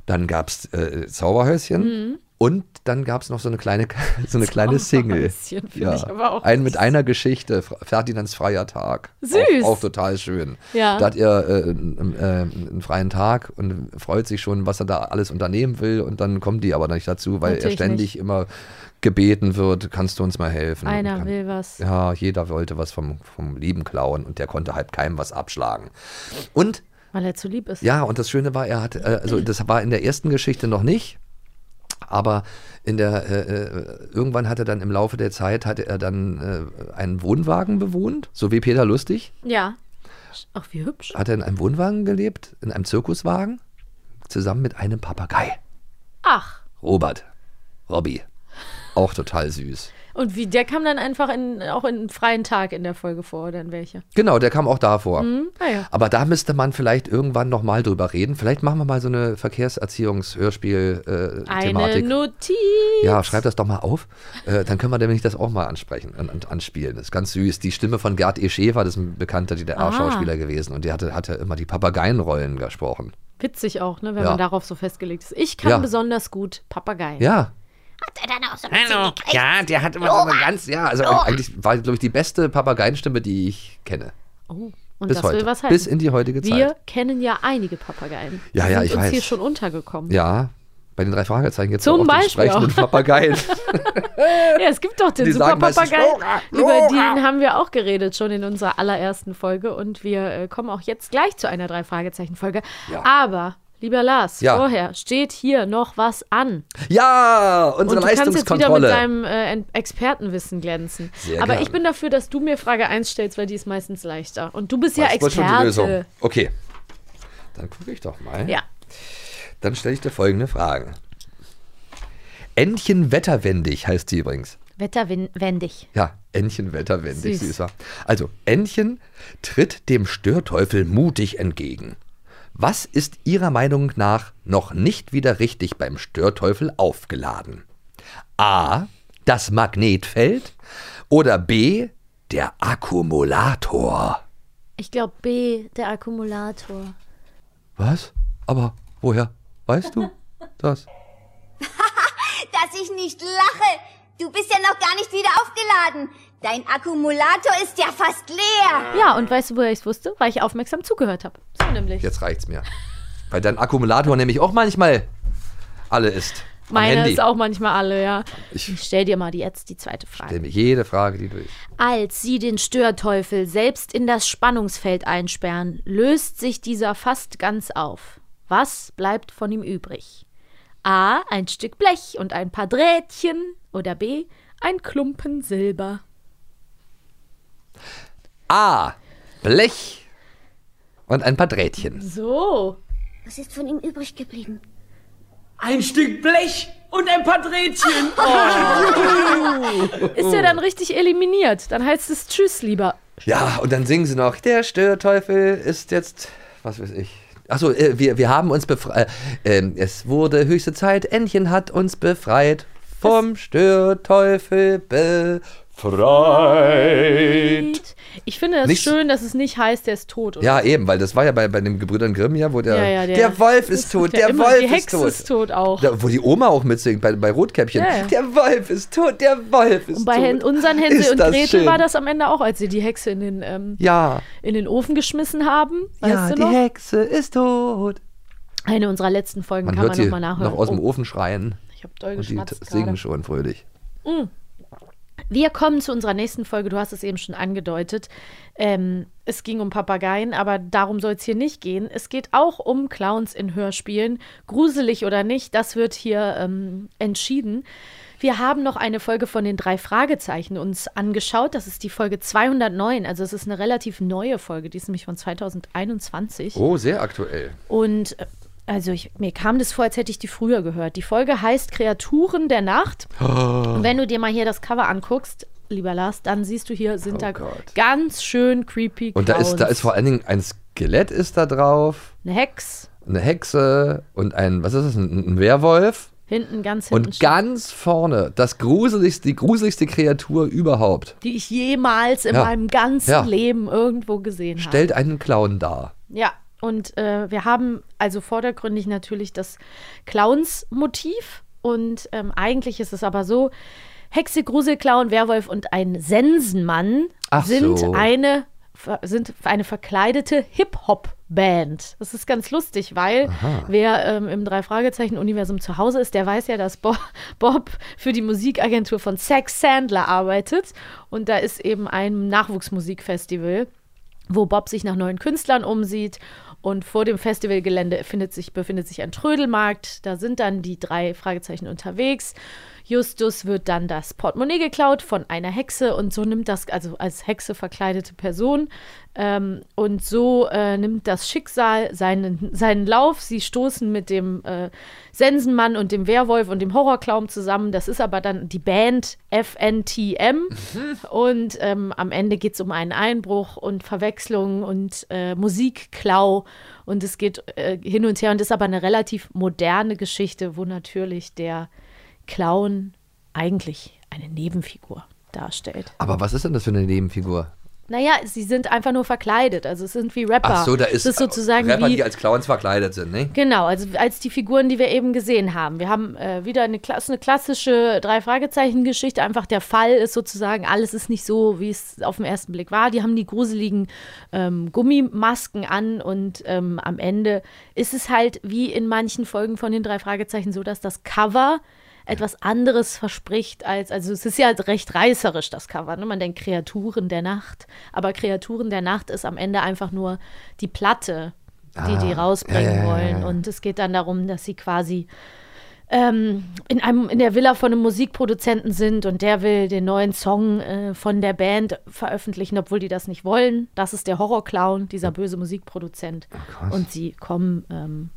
Speaker 4: Dann gab es äh, Zauberhäuschen. Und dann gab es noch so eine kleine, so eine kleine Single.
Speaker 5: Mhm. Zauberhäuschen finde ich aber auch
Speaker 4: ein mit einer Geschichte, Fra- Ferdinands freier Tag.
Speaker 5: Süß.
Speaker 4: Auch, auch total schön.
Speaker 5: Ja.
Speaker 4: Da hat er äh, n- äh, einen freien Tag und freut sich schon, was er da alles unternehmen will. Und dann kommen die aber nicht dazu, weil er
Speaker 5: Natürlich
Speaker 4: ständig immer gebeten wird, kannst du uns mal helfen?
Speaker 5: Einer
Speaker 4: kann,
Speaker 5: will was.
Speaker 4: Genau, ja, jeder wollte was vom, vom Lieben klauen und der konnte halt keinem was abschlagen. Und
Speaker 5: Weil er zu lieb ist.
Speaker 4: ja, und das Schöne war, er hat, äh, also das war in der ersten Geschichte noch nicht, aber in der, äh, äh, irgendwann hat er dann im Laufe der Zeit, hat er dann äh, einen Wohnwagen bewohnt, so wie Peter Lustig,
Speaker 5: Ja. Ach, wie hübsch.
Speaker 4: hat er in einem Wohnwagen gelebt, in einem Zirkuswagen, zusammen mit einem Papagei,
Speaker 5: Ach.
Speaker 4: Robert, Robby, auch total süß.
Speaker 5: Und wie, der kam dann einfach in, auch in einen freien Tag in der Folge vor, oder in welche?
Speaker 4: Genau, der kam auch davor.
Speaker 5: Ah ja.
Speaker 4: Aber da müsste man vielleicht irgendwann nochmal drüber reden. Vielleicht machen wir mal so eine
Speaker 5: Eine
Speaker 4: Verkehrserziehungs-Hörspiel-Thematik.
Speaker 5: Notiz.
Speaker 4: ja, schreib das doch mal auf. Äh, dann können wir nämlich das auch mal ansprechen und, und anspielen. Das ist ganz süß. Die Stimme von Gerd Esche war das ist ein bekannter
Speaker 5: Ah.
Speaker 4: DDR-Schauspieler gewesen und der hatte, hatte immer die Papageienrollen gesprochen.
Speaker 5: Witzig auch, ne, wenn
Speaker 4: Ja.
Speaker 5: man darauf so festgelegt ist. Ich kann
Speaker 4: Ja.
Speaker 5: besonders gut Papageien.
Speaker 4: Ja,
Speaker 9: Hat er dann auch so
Speaker 4: Hallo. Ja, der hat immer so eine ganz, ja, also eigentlich war, glaube ich, die beste Papageienstimme, die ich kenne.
Speaker 5: Oh, und
Speaker 4: Bis
Speaker 5: das
Speaker 4: heute.
Speaker 5: will was heißen.
Speaker 4: Bis in die heutige Zeit.
Speaker 5: Wir kennen ja einige Papageien.
Speaker 4: Ja,
Speaker 5: Die
Speaker 4: ja,
Speaker 5: sind
Speaker 4: ich
Speaker 5: uns
Speaker 4: weiß.
Speaker 5: hier schon untergekommen.
Speaker 4: Ja, bei den drei Fragezeichen jetzt
Speaker 5: Zum
Speaker 4: auch den
Speaker 5: Beispiel
Speaker 4: sprechenden
Speaker 5: auch.
Speaker 4: Papageien.
Speaker 5: Ja, es gibt doch den
Speaker 4: Die
Speaker 5: super
Speaker 4: sagen meistens,
Speaker 5: Papagei.
Speaker 4: "Flora,
Speaker 5: Über den haben wir auch geredet schon in unserer allerersten Folge und wir äh, kommen auch jetzt gleich zu einer drei Fragezeichen Folge.
Speaker 4: Ja.
Speaker 5: Aber lieber Lars,
Speaker 4: Ja.
Speaker 5: vorher steht hier noch was an.
Speaker 4: Ja, unsere
Speaker 5: und du kannst jetzt wieder mit
Speaker 4: Leistungskontrolle.
Speaker 5: deinem äh, Ent- Expertenwissen glänzen.
Speaker 4: Sehr
Speaker 5: Aber
Speaker 4: gerne.
Speaker 5: ich bin dafür, dass du mir Frage 1 stellst, weil die ist meistens leichter. Und du bist ja
Speaker 4: Das war schon die
Speaker 5: Experte.
Speaker 4: Okay. Dann gucke ich doch mal.
Speaker 5: Ja.
Speaker 4: Dann stelle ich dir folgende Fragen. Entchen wetterwendig heißt sie übrigens.
Speaker 5: Wetterwendig.
Speaker 4: Ja, Entchen wetterwendig,
Speaker 5: Süß.
Speaker 4: süßer. Also, Entchen tritt dem Störteufel mutig entgegen. Was ist Ihrer Meinung nach noch nicht wieder richtig beim Störteufel aufgeladen? A. Das Magnetfeld oder B. Der Akkumulator.
Speaker 5: Ich glaube B, der Akkumulator.
Speaker 4: Was? Aber woher weißt du das?
Speaker 9: Dass ich nicht lache. Du bist ja noch gar nicht wieder aufgeladen. Dein Akkumulator ist ja fast leer.
Speaker 5: Ja, und weißt du, woher ich es wusste? Weil ich aufmerksam zugehört habe. So nämlich.
Speaker 4: Jetzt reicht's mir. Weil dein Akkumulator nämlich auch manchmal alle ist. Am
Speaker 5: Meine
Speaker 4: Handy.
Speaker 5: ist auch manchmal alle, ja.
Speaker 4: Ich-
Speaker 5: Ich, stell dir mal die, jetzt die zweite Frage.
Speaker 4: Stell mir jede Frage, die du willst.
Speaker 5: Als sie den Störteufel selbst in das Spannungsfeld einsperren, löst sich dieser fast ganz auf. Was bleibt von ihm übrig? A. Ein Stück Blech und ein paar Drähtchen. Oder B. Ein Klumpen Silber.
Speaker 4: A. Blech und ein paar Drähtchen.
Speaker 5: So.
Speaker 9: Was ist von ihm übrig geblieben?
Speaker 10: Ein Stück Blech und ein paar Drähtchen.
Speaker 5: Ist
Speaker 4: Oh.
Speaker 5: er dann richtig eliminiert? Dann heißt es Tschüss, lieber.
Speaker 4: Ja, und dann singen sie noch, der Störteufel ist jetzt, was weiß ich, Achso, äh, wir, wir haben uns befreit. Äh, ähm, es wurde höchste Zeit. Entchen hat uns befreit. Vom Störteufel befreit.
Speaker 5: Ich finde das
Speaker 4: Nicht-
Speaker 5: schön, dass es nicht heißt, der ist tot. oder?
Speaker 4: Ja, eben, weil das war ja bei, bei den Gebrüdern Grimm, ja, wo der.
Speaker 5: Ja, ja,
Speaker 4: der,
Speaker 5: der-
Speaker 4: Wolf ist
Speaker 5: das
Speaker 4: tot,
Speaker 5: wird ja
Speaker 4: der
Speaker 5: immer-
Speaker 4: Wolf
Speaker 5: die
Speaker 4: ist
Speaker 5: Hexe
Speaker 4: tot.
Speaker 5: ist tot auch.
Speaker 4: Da, wo die Oma auch mitsingt, bei, bei Rotkäppchen.
Speaker 5: Ja, ja.
Speaker 4: Der Wolf ist tot, der Wolf ist
Speaker 5: Und bei
Speaker 4: tot.
Speaker 5: Hen unseren Hänsel
Speaker 4: Ist
Speaker 5: und
Speaker 4: das
Speaker 5: Gretel
Speaker 4: schön.
Speaker 5: war das am Ende auch, als sie die Hexe in den, ähm,
Speaker 4: Ja,
Speaker 5: in den Ofen geschmissen haben. Weißt
Speaker 4: ja
Speaker 5: du
Speaker 4: die
Speaker 5: noch?
Speaker 4: Hexe ist tot.
Speaker 5: Eine unserer letzten Folgen
Speaker 4: Man
Speaker 5: kann
Speaker 4: hört
Speaker 5: man
Speaker 4: sie
Speaker 5: nochmal nachhören.
Speaker 4: noch aus dem
Speaker 5: oh,
Speaker 4: Ofen schreien.
Speaker 5: ich hab doll
Speaker 4: Und die t-
Speaker 5: geschmatzt
Speaker 4: singen
Speaker 5: gerade.
Speaker 4: schon fröhlich.
Speaker 5: Wir kommen zu unserer nächsten Folge. Du hast es eben schon angedeutet. Ähm, es ging um Papageien, aber darum soll es hier nicht gehen. Es geht auch um Clowns in Hörspielen. Gruselig oder nicht, das wird hier ähm, entschieden. Wir haben noch eine Folge von den drei Fragezeichen uns angeschaut. Das ist die Folge 209. Also es ist eine relativ neue Folge. Die ist nämlich von 2021.
Speaker 4: Oh, sehr aktuell.
Speaker 5: Und äh, also ich, mir kam das vor, als hätte ich die früher gehört. Die Folge heißt Kreaturen der Nacht.
Speaker 4: Ah.
Speaker 5: Und wenn du dir mal hier das Cover anguckst, lieber Lars, dann siehst du hier sind da
Speaker 4: Oh Gott.
Speaker 5: ganz schön creepy
Speaker 4: Und da ist, da
Speaker 5: Clowns.
Speaker 4: ist vor allen Dingen ein Skelett ist da drauf,
Speaker 5: eine Hex
Speaker 4: eine Hexe und ein, was ist das, ein, ein Werwolf.
Speaker 5: hinten ganz hinten,
Speaker 4: Und
Speaker 5: steht,
Speaker 4: ganz vorne, das gruseligste, die gruseligste Kreatur überhaupt,
Speaker 5: die ich jemals in
Speaker 4: Ja.
Speaker 5: meinem ganzen
Speaker 4: Ja.
Speaker 5: Leben irgendwo gesehen habe.
Speaker 4: stellt einen Clown dar.
Speaker 5: Ja, und äh, wir haben also vordergründig natürlich das Clowns-Motiv. Und ähm, eigentlich ist es aber so: Hexe, Grusel, Clown, Werwolf und ein Sensenmann
Speaker 4: Ach
Speaker 5: sind,
Speaker 4: so.
Speaker 5: eine, ver- sind eine verkleidete Hip-Hop-Band. Das ist ganz lustig, weil wer ähm, im Drei-Fragezeichen-Universum zu Hause ist, der weiß ja, dass Bo Bob für die Musikagentur von Zack Sandler arbeitet. Und da ist eben ein Nachwuchsmusikfestival wo Bob sich nach neuen Künstlern umsieht. Und vor dem Festivalgelände findet sich, befindet sich ein Trödelmarkt. Da sind dann die drei Fragezeichen unterwegs. Justus wird dann das Portemonnaie geklaut von einer Hexe und so nimmt das, also als Hexe verkleidete Person, ähm, und so äh, nimmt das Schicksal seinen, seinen Lauf. Sie stoßen mit dem äh, Sensenmann und dem Werwolf und dem Horrorclown zusammen. Das ist aber dann die Band FNTM.
Speaker 4: Mhm.
Speaker 5: und ähm, am Ende geht es um einen Einbruch und Verwechslung und äh, Musikklau. Und es geht äh, hin und her und ist aber eine relativ moderne Geschichte, wo natürlich der Clown eigentlich eine Nebenfigur darstellt.
Speaker 4: Aber was ist denn das für eine Nebenfigur?
Speaker 5: Naja, sie sind einfach nur verkleidet. Also es sind wie Rapper.
Speaker 4: Ach so, da ist,
Speaker 5: es ist sozusagen
Speaker 4: Rapper,
Speaker 5: wie,
Speaker 4: die als Clowns verkleidet sind, ne?
Speaker 5: Genau, also als die Figuren, die wir eben gesehen haben. Wir haben äh, wieder eine, Kla eine klassische Drei-Fragezeichen-Geschichte. Einfach der Fall ist sozusagen, alles ist nicht so, wie es auf den ersten Blick war. Die haben die gruseligen ähm, Gummimasken an und ähm, am Ende ist es halt wie in manchen Folgen von den Drei-Fragezeichen so, dass das Cover etwas anderes verspricht als, also es ist ja recht reißerisch, das Cover. Ne? Man denkt Kreaturen der Nacht, aber Kreaturen der Nacht ist am Ende einfach nur die Platte, die die rausbringen
Speaker 4: Ah. ja, ja, ja,
Speaker 5: wollen. Und es geht dann darum, dass sie quasi ähm, in, einem, in der Villa von einem Musikproduzenten sind und der will den neuen Song äh, von der Band veröffentlichen, obwohl die das nicht wollen. Das ist der Horrorclown, dieser böse Musikproduzent. und sie kommen ähm,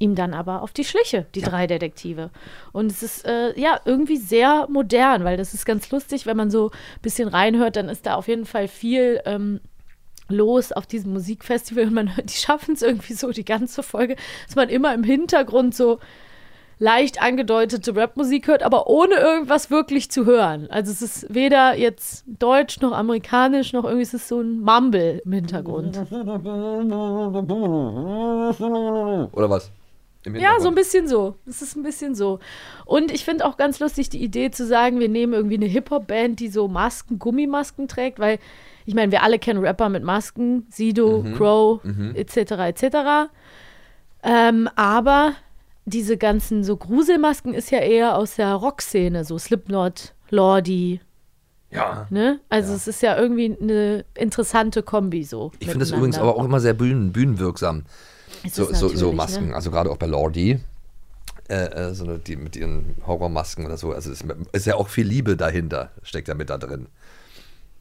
Speaker 5: ihm dann aber auf die Schliche, die drei Detektive. Und es ist äh, ja irgendwie sehr modern, weil das ist ganz lustig, wenn man so ein bisschen reinhört, dann ist da auf jeden Fall viel ähm, los auf diesem Musikfestival und man hört, die schaffen es irgendwie so die ganze Folge, dass man immer im Hintergrund so leicht angedeutete Rapmusik hört, aber ohne irgendwas wirklich zu hören. Also es ist weder jetzt deutsch noch amerikanisch noch irgendwie es ist so ein Mumble im Hintergrund.
Speaker 4: Oder was? Im
Speaker 5: Ja, so ein
Speaker 4: Hintergrund.
Speaker 5: bisschen so. Es ist ein bisschen so. Und ich finde auch ganz lustig die Idee zu sagen, wir nehmen irgendwie eine Hip-Hop-Band, die so Masken, Gummimasken trägt, weil ich meine, wir alle kennen Rapper mit Masken, Sido,
Speaker 4: Mhm.
Speaker 5: Crow, etc., etc. Ähm, aber diese ganzen so Gruselmasken ist ja eher aus der Rockszene, so Slipknot, Lordi,
Speaker 4: Ja.
Speaker 5: ne? Also es ist ja irgendwie eine interessante Kombi so.
Speaker 4: Ich finde das übrigens aber auch immer sehr bühnen, bühnenwirksam. So, so, so
Speaker 5: ne?
Speaker 4: Masken, also gerade auch bei Lordi. Äh, äh, so eine, die mit ihren Horrormasken oder so. Also es ist, ist ja auch viel Liebe dahinter, steckt ja mit da drin.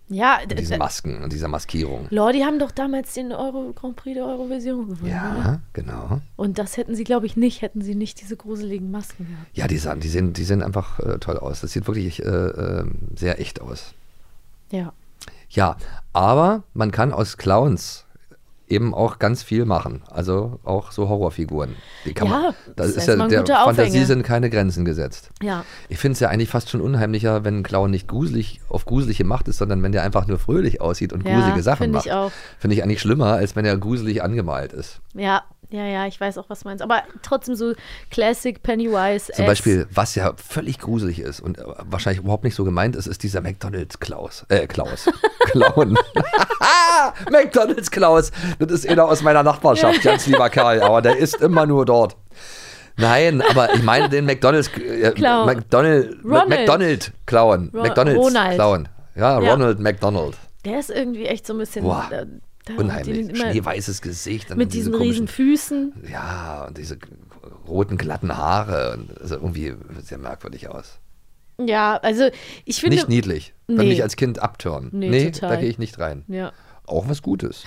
Speaker 5: Ja, äh,
Speaker 4: In
Speaker 5: d-
Speaker 4: diesen Masken und dieser Maskierung.
Speaker 5: Lordi haben doch damals den Euro Grand Prix der Eurovision gewonnen. oder?
Speaker 4: Ja, genau.
Speaker 5: Und das hätten sie, glaube ich, nicht, hätten sie nicht diese gruseligen Masken gehabt.
Speaker 4: Ja, die, sahen, die, sehen, die sehen einfach äh, toll aus. Das sieht wirklich äh, äh, sehr echt aus.
Speaker 5: Ja.
Speaker 4: Ja, aber man kann aus Clowns eben auch ganz viel machen. Also auch so Horrorfiguren. Die kann
Speaker 5: Ja,
Speaker 4: man, das
Speaker 5: das
Speaker 4: ist
Speaker 5: ist
Speaker 4: ja
Speaker 5: mal ein
Speaker 4: der
Speaker 5: guter
Speaker 4: Fantasie
Speaker 5: Aufhänger.
Speaker 4: sind keine Grenzen gesetzt.
Speaker 5: Ja.
Speaker 4: Ich finde es ja eigentlich fast schon unheimlicher, wenn ein Clown nicht gruselig auf gruselige Macht ist, sondern wenn der einfach nur fröhlich aussieht und
Speaker 5: Ja,
Speaker 4: gruselige Sachen
Speaker 5: finde
Speaker 4: macht.
Speaker 5: ich auch.
Speaker 4: Finde ich eigentlich schlimmer, als wenn er gruselig angemalt ist.
Speaker 5: Ja, ja, ja, ich weiß auch, was du meinst. Aber trotzdem so Classic Pennywise.
Speaker 4: Zum
Speaker 5: als-
Speaker 4: Beispiel, was ja völlig gruselig ist und äh, wahrscheinlich überhaupt nicht so gemeint ist, ist dieser McDonalds Klaus. Äh, Klaus. Clown. McDonalds Klaus. Das ist einer aus meiner Nachbarschaft, ganz lieber Kerl, aber der ist immer nur dort. Nein, aber ich meine den McDonalds äh,
Speaker 5: Clown.
Speaker 4: McDonald
Speaker 5: Ronald.
Speaker 4: McDonald Clown.
Speaker 5: Ro-
Speaker 4: McDonalds
Speaker 5: Ronald.
Speaker 4: Clown. Ja,
Speaker 5: Ja.
Speaker 4: Ronald McDonald.
Speaker 5: Der ist irgendwie echt so ein bisschen.
Speaker 4: Boah,
Speaker 5: äh, da-
Speaker 4: Unheimlich.
Speaker 5: die- immer
Speaker 4: Schneeweißes Gesicht. dann
Speaker 5: Mit
Speaker 4: diese
Speaker 5: diesen
Speaker 4: komischen-
Speaker 5: riesen Füßen.
Speaker 4: Ja, und diese roten, glatten Haare. Und also irgendwie sehr merkwürdig aus.
Speaker 5: Ja, also ich finde.
Speaker 4: nicht niedlich. Würde
Speaker 5: Nee.
Speaker 4: mich als Kind abtören. Nee,
Speaker 5: Nee, total.
Speaker 4: da gehe ich nicht rein.
Speaker 5: Ja.
Speaker 4: Auch was Gutes.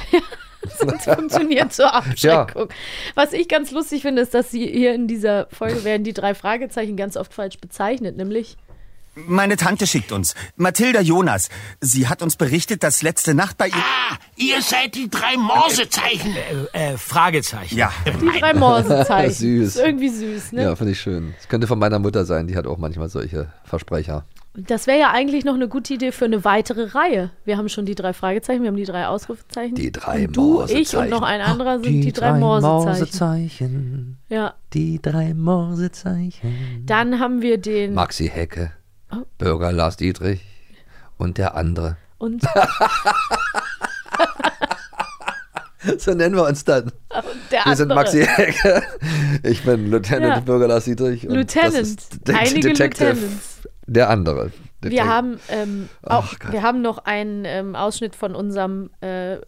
Speaker 5: Das funktioniert zur Abschreckung. Was ich ganz lustig finde, ist, dass sie hier in dieser Folge werden die drei Fragezeichen ganz oft falsch bezeichnet, nämlich
Speaker 11: Meine Tante schickt uns. Mathilda Jonas. Sie hat uns berichtet, dass letzte Nacht bei ihr...
Speaker 2: Ihr seid die drei
Speaker 8: Ah,
Speaker 2: Morsezeichen.
Speaker 11: Äh, Fragezeichen. Ja.
Speaker 5: die drei Morsezeichen.
Speaker 4: Süß.
Speaker 5: Ist irgendwie süß, ne?
Speaker 4: Ja, finde ich schön. Das könnte von meiner Mutter sein, die hat auch manchmal solche Versprecher.
Speaker 5: Das wäre ja eigentlich noch eine gute Idee für eine weitere Reihe. Wir haben schon die drei Fragezeichen, wir haben die drei Ausrufezeichen.
Speaker 4: Die drei
Speaker 5: und du,
Speaker 4: Morsezeichen.
Speaker 5: ich und noch ein anderer sind die, drei, Morsezeichen.
Speaker 4: Morsezeichen.
Speaker 5: Ja,
Speaker 4: Die drei Morsezeichen.
Speaker 5: dann haben wir den
Speaker 4: Maxi Hecke,
Speaker 5: Hm. Oh.
Speaker 4: Bürger Lars Dietrich und der andere.
Speaker 5: und
Speaker 4: So nennen wir uns dann.
Speaker 5: der
Speaker 4: Wir sind
Speaker 5: andere.
Speaker 4: Maxi Hecke. Ich bin Lieutenant
Speaker 5: Ja.
Speaker 4: Bürger Lars Dietrich. Und
Speaker 5: Lieutenant.
Speaker 4: Das ist der
Speaker 5: Einige
Speaker 4: Detective.
Speaker 5: Lieutenants.
Speaker 4: Der andere.
Speaker 5: Wir
Speaker 4: Detective.
Speaker 5: haben, ähm, auch, wir haben noch einen ähm, Ausschnitt von unserem äh,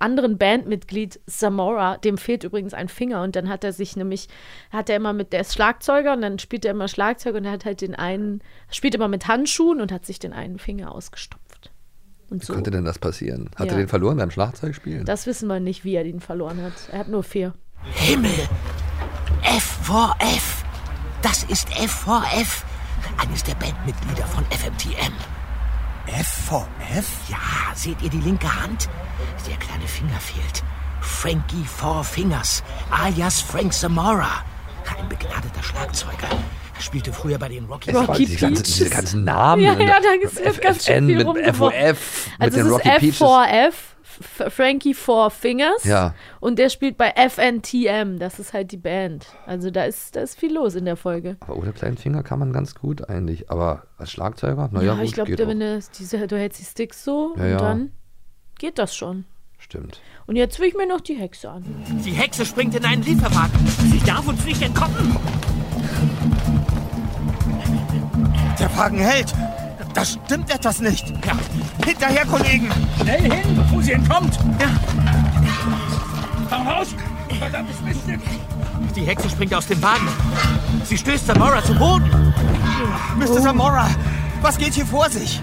Speaker 5: anderen Bandmitglied Samora. Dem fehlt übrigens ein Finger und dann hat er sich nämlich, hat er immer mit, der ist Schlagzeuger und dann spielt er immer Schlagzeug und er hat halt den einen, spielt immer mit Handschuhen und hat sich den einen Finger ausgestopft. Und so.
Speaker 4: Konnte denn das passieren? Hat er
Speaker 5: Ja.
Speaker 4: den verloren beim Schlagzeugspielen?
Speaker 5: Das wissen wir nicht, wie er den verloren hat. Er hat nur vier.
Speaker 11: Himmel. F vor F. Das ist F vor F. Eines der Bandmitglieder von FMTM. F vor F?
Speaker 8: Ja, seht ihr die linke Hand? Der kleine Finger fehlt. Frankie Four Fingers, alias Frank Zamora. Ein begnadeter Schlagzeuger. Er spielte früher bei den Rocky
Speaker 4: Es waren
Speaker 5: Rocky
Speaker 4: diese, ganzen,
Speaker 5: Peaches.
Speaker 4: diese ganzen Namen.
Speaker 5: Ja, ja, da ist
Speaker 4: FFN
Speaker 5: ganz schön viel
Speaker 4: mit
Speaker 5: rumgeworfen.
Speaker 4: FOF,
Speaker 5: Also
Speaker 4: mit
Speaker 5: es
Speaker 4: den
Speaker 5: ist
Speaker 4: Rocky
Speaker 5: F
Speaker 4: Peaches.
Speaker 5: 4F, F- Frankie Four Fingers.
Speaker 4: Ja.
Speaker 5: Und der spielt bei FNTM. Das ist halt die Band. Also da ist, da ist viel los in der Folge.
Speaker 4: Aber ohne kleinen Finger kann man ganz gut eigentlich. Aber als Schlagzeuger, naja,
Speaker 5: Ja,
Speaker 4: gut,
Speaker 5: Ah, ich glaube,
Speaker 4: geht
Speaker 5: wenn
Speaker 4: auch.
Speaker 5: du, diese, du hältst die Sticks so
Speaker 4: Ja,
Speaker 5: und
Speaker 4: ja.
Speaker 5: dann geht das schon.
Speaker 4: Stimmt.
Speaker 5: Und jetzt will ich mir noch die Hexe an.
Speaker 11: Die Hexe springt in einen Lieferwagen. Sie darf uns nicht entkommen. Der Wagen hält. Da stimmt etwas nicht. Ja. Hinterher, Kollegen. Schnell hin, bevor sie entkommt. Ja. Komm raus, verdammtes Miststück. Die Hexe springt aus dem Wagen. Sie stößt Samora zu Boden. Mr. Samora, was geht hier vor sich?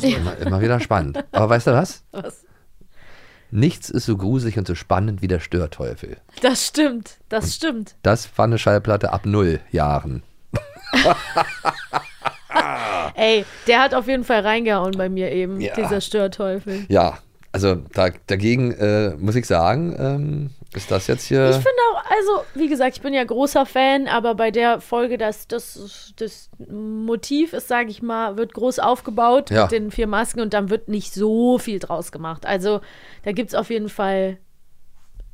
Speaker 4: Immer, immer wieder spannend. Aber weißt du was?
Speaker 5: Was?
Speaker 4: Nichts ist so gruselig und so spannend wie der Störteufel.
Speaker 5: Das stimmt, das stimmt.
Speaker 4: Das war eine Schallplatte ab null Jahren.
Speaker 5: Ey, der hat auf jeden Fall reingehauen bei mir eben,
Speaker 4: Ja.
Speaker 5: dieser Störteufel.
Speaker 4: Ja, also da, dagegen äh, muss ich sagen, ähm, ist das jetzt hier.
Speaker 5: Ich finde auch, also, wie gesagt, ich bin ja großer Fan, aber bei der Folge, das, das, das Motiv ist, sage ich mal, wird groß aufgebaut
Speaker 4: Ja.
Speaker 5: mit den vier Masken und dann wird nicht so viel draus gemacht. Also, da gibt es auf jeden Fall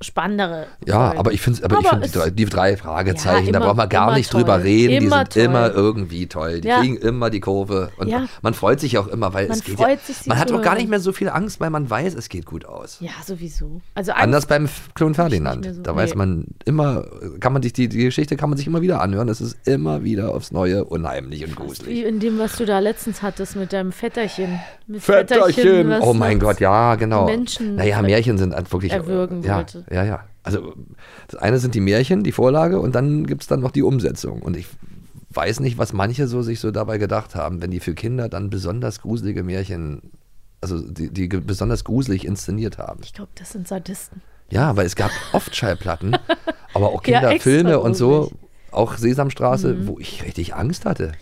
Speaker 5: spannendere.
Speaker 4: Ja,
Speaker 5: Folgen.
Speaker 4: aber ich finde aber ich
Speaker 5: Aber
Speaker 4: find die,
Speaker 5: es-
Speaker 4: drei, die drei Fragezeichen,
Speaker 5: Ja,
Speaker 4: da
Speaker 5: immer-
Speaker 4: brauchen wir gar
Speaker 5: immer
Speaker 4: nicht
Speaker 5: toll.
Speaker 4: drüber reden.
Speaker 5: Immer
Speaker 4: die sind immer
Speaker 5: toll.
Speaker 4: irgendwie toll. Die
Speaker 5: Ja.
Speaker 4: kriegen immer die Kurve. Und
Speaker 5: Ja.
Speaker 4: man freut sich auch immer, weil
Speaker 5: Man
Speaker 4: es geht.
Speaker 5: freut
Speaker 4: ja,
Speaker 5: sich, sie
Speaker 4: man hat
Speaker 5: zu
Speaker 4: auch gar
Speaker 5: hören.
Speaker 4: nicht mehr so viel Angst, weil man weiß, es geht gut aus.
Speaker 5: Ja, sowieso. Also,
Speaker 4: Anders beim F- Klon
Speaker 5: nicht
Speaker 4: Ferdinand.
Speaker 5: mehr so-
Speaker 4: da weiß
Speaker 5: nee.
Speaker 4: man immer, kann man sich die, die Geschichte kann man sich immer wieder anhören. Es ist immer wieder aufs Neue unheimlich und
Speaker 5: wie
Speaker 4: gruselig.
Speaker 5: in dem, was du da letztens hattest mit deinem Vetterchen. Mit was
Speaker 4: Oh mein
Speaker 5: das-
Speaker 4: Gott, ja, genau.
Speaker 5: Menschen
Speaker 4: naja, Märchen sind halt wirklich.
Speaker 5: erwürgen
Speaker 4: ja,
Speaker 5: wollte.
Speaker 4: Ja, ja. Also, das eine sind die Märchen, die Vorlage, und dann gibt es dann noch die Umsetzung. Und ich weiß nicht, was manche so sich so dabei gedacht haben, wenn die für Kinder dann besonders gruselige Märchen, also die, die ge- besonders gruselig inszeniert haben.
Speaker 5: Ich glaube, das sind Sadisten.
Speaker 4: Ja, weil es gab oft Schallplatten, aber auch
Speaker 5: Ja, extra
Speaker 4: Kinderfilme und so,
Speaker 5: gruselig. Mhm.
Speaker 4: auch Sesamstraße, wo ich richtig Angst hatte.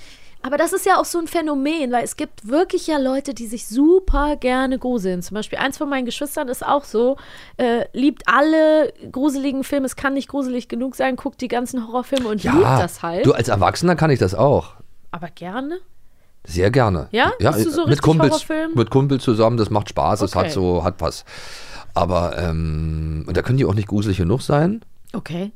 Speaker 5: Aber das ist ja auch so ein Phänomen, weil es gibt wirklich ja Leute, die sich super gerne gruseln. Zum Beispiel eins von meinen Geschwistern ist auch so, äh, liebt alle gruseligen Filme, es kann nicht gruselig genug sein, guckt die ganzen Horrorfilme und liebt das halt.
Speaker 4: Du als Erwachsener kann ich das auch.
Speaker 5: Aber gerne?
Speaker 4: Sehr gerne.
Speaker 5: Ja?
Speaker 4: ja
Speaker 5: Bist du so
Speaker 4: mit
Speaker 5: richtig
Speaker 4: Kumpels,
Speaker 5: Horrorfilm?
Speaker 4: mit Kumpels zusammen, das macht Spaß, es
Speaker 5: Okay.
Speaker 4: hat so, hat was. Aber ähm, und da können die auch nicht gruselig genug sein.
Speaker 5: Okay.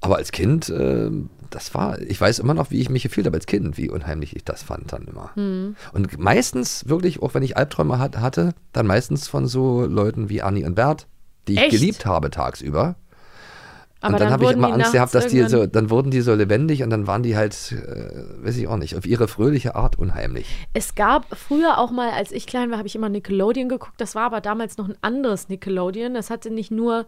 Speaker 4: Aber als Kind, ähm, das war, ich weiß immer noch, wie ich mich gefühlt habe als Kind, wie unheimlich ich das fand dann immer.
Speaker 5: Hm.
Speaker 4: Und meistens wirklich, auch wenn ich Albträume hat, hatte, dann meistens von so Leuten wie Anni und Bert, die ich
Speaker 5: Echt?
Speaker 4: geliebt habe tagsüber.
Speaker 5: Aber
Speaker 4: und dann,
Speaker 5: dann
Speaker 4: habe ich
Speaker 5: wurden
Speaker 4: immer
Speaker 5: die
Speaker 4: Angst gehabt, dass
Speaker 5: nachts
Speaker 4: die so,
Speaker 5: irgendwann-
Speaker 4: dann wurden die so lebendig und dann waren die halt, äh, weiß ich auch nicht, auf ihre fröhliche Art unheimlich.
Speaker 5: Es gab früher auch mal, als ich klein war, habe ich immer Nickelodeon geguckt. Das war aber damals noch ein anderes Nickelodeon. Das hatte nicht nur.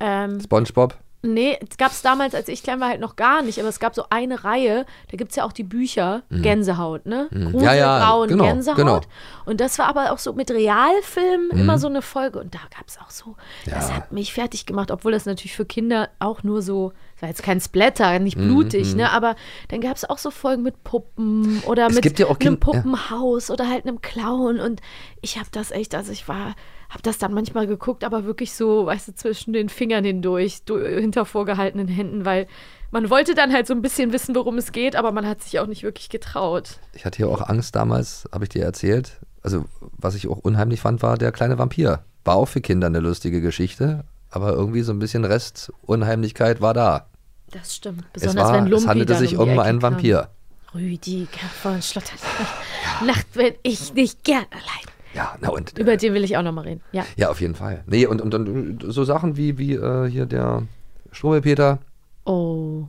Speaker 5: Ähm,
Speaker 4: SpongeBob,
Speaker 5: nee, es gab es damals, als ich klein war, halt noch gar nicht. Aber es gab so eine Reihe, da gibt es ja auch die Bücher,
Speaker 4: Mhm.
Speaker 5: Gänsehaut, ne?
Speaker 4: Mhm.
Speaker 5: Grusel,
Speaker 4: Ja, ja,
Speaker 5: Grauen,
Speaker 4: genau,
Speaker 5: Gänsehaut.
Speaker 4: genau.
Speaker 5: Und das war aber auch so mit Realfilmen immer
Speaker 4: Mhm.
Speaker 5: so eine Folge. Und da gab es auch so, das
Speaker 4: Ja.
Speaker 5: hat mich fertig gemacht, obwohl das natürlich für Kinder auch nur so, das war jetzt kein Splatter, nicht blutig,
Speaker 4: Mhm, mhm.
Speaker 5: ne? Aber dann gab es auch so Folgen mit Puppen oder
Speaker 4: Es
Speaker 5: mit
Speaker 4: gibt ja auch
Speaker 5: einem
Speaker 4: Kind- ja.
Speaker 5: Puppenhaus oder halt einem Clown. Und ich habe das echt, also ich war, habe das dann manchmal geguckt, aber wirklich so, weißt du, zwischen den Fingern hindurch, du, hinter vorgehaltenen Händen, weil man wollte dann halt so ein bisschen wissen, worum es geht, aber man hat sich auch nicht wirklich getraut.
Speaker 4: ich hatte ja auch Angst damals, habe ich dir erzählt. Also, was ich auch unheimlich fand, war der kleine Vampir. War auch für Kinder eine lustige Geschichte, aber irgendwie so ein bisschen Rest Unheimlichkeit war da.
Speaker 5: Das stimmt.
Speaker 4: es
Speaker 5: Besonders
Speaker 4: war,
Speaker 5: wenn Lumpi
Speaker 4: es handelte
Speaker 5: dann
Speaker 4: sich
Speaker 5: um, die
Speaker 4: um
Speaker 5: Ecke
Speaker 4: einen
Speaker 5: kam.
Speaker 4: Vampir.
Speaker 5: Rüdiger von Schlotter. Nacht, wenn ich nicht gern allein.
Speaker 4: Ja, na und
Speaker 5: Über den will ich auch noch mal reden. Ja.
Speaker 4: Ja, auf jeden Fall. Nee, und, und dann so Sachen wie, wie äh, hier der Strobelpeter,
Speaker 5: Oh.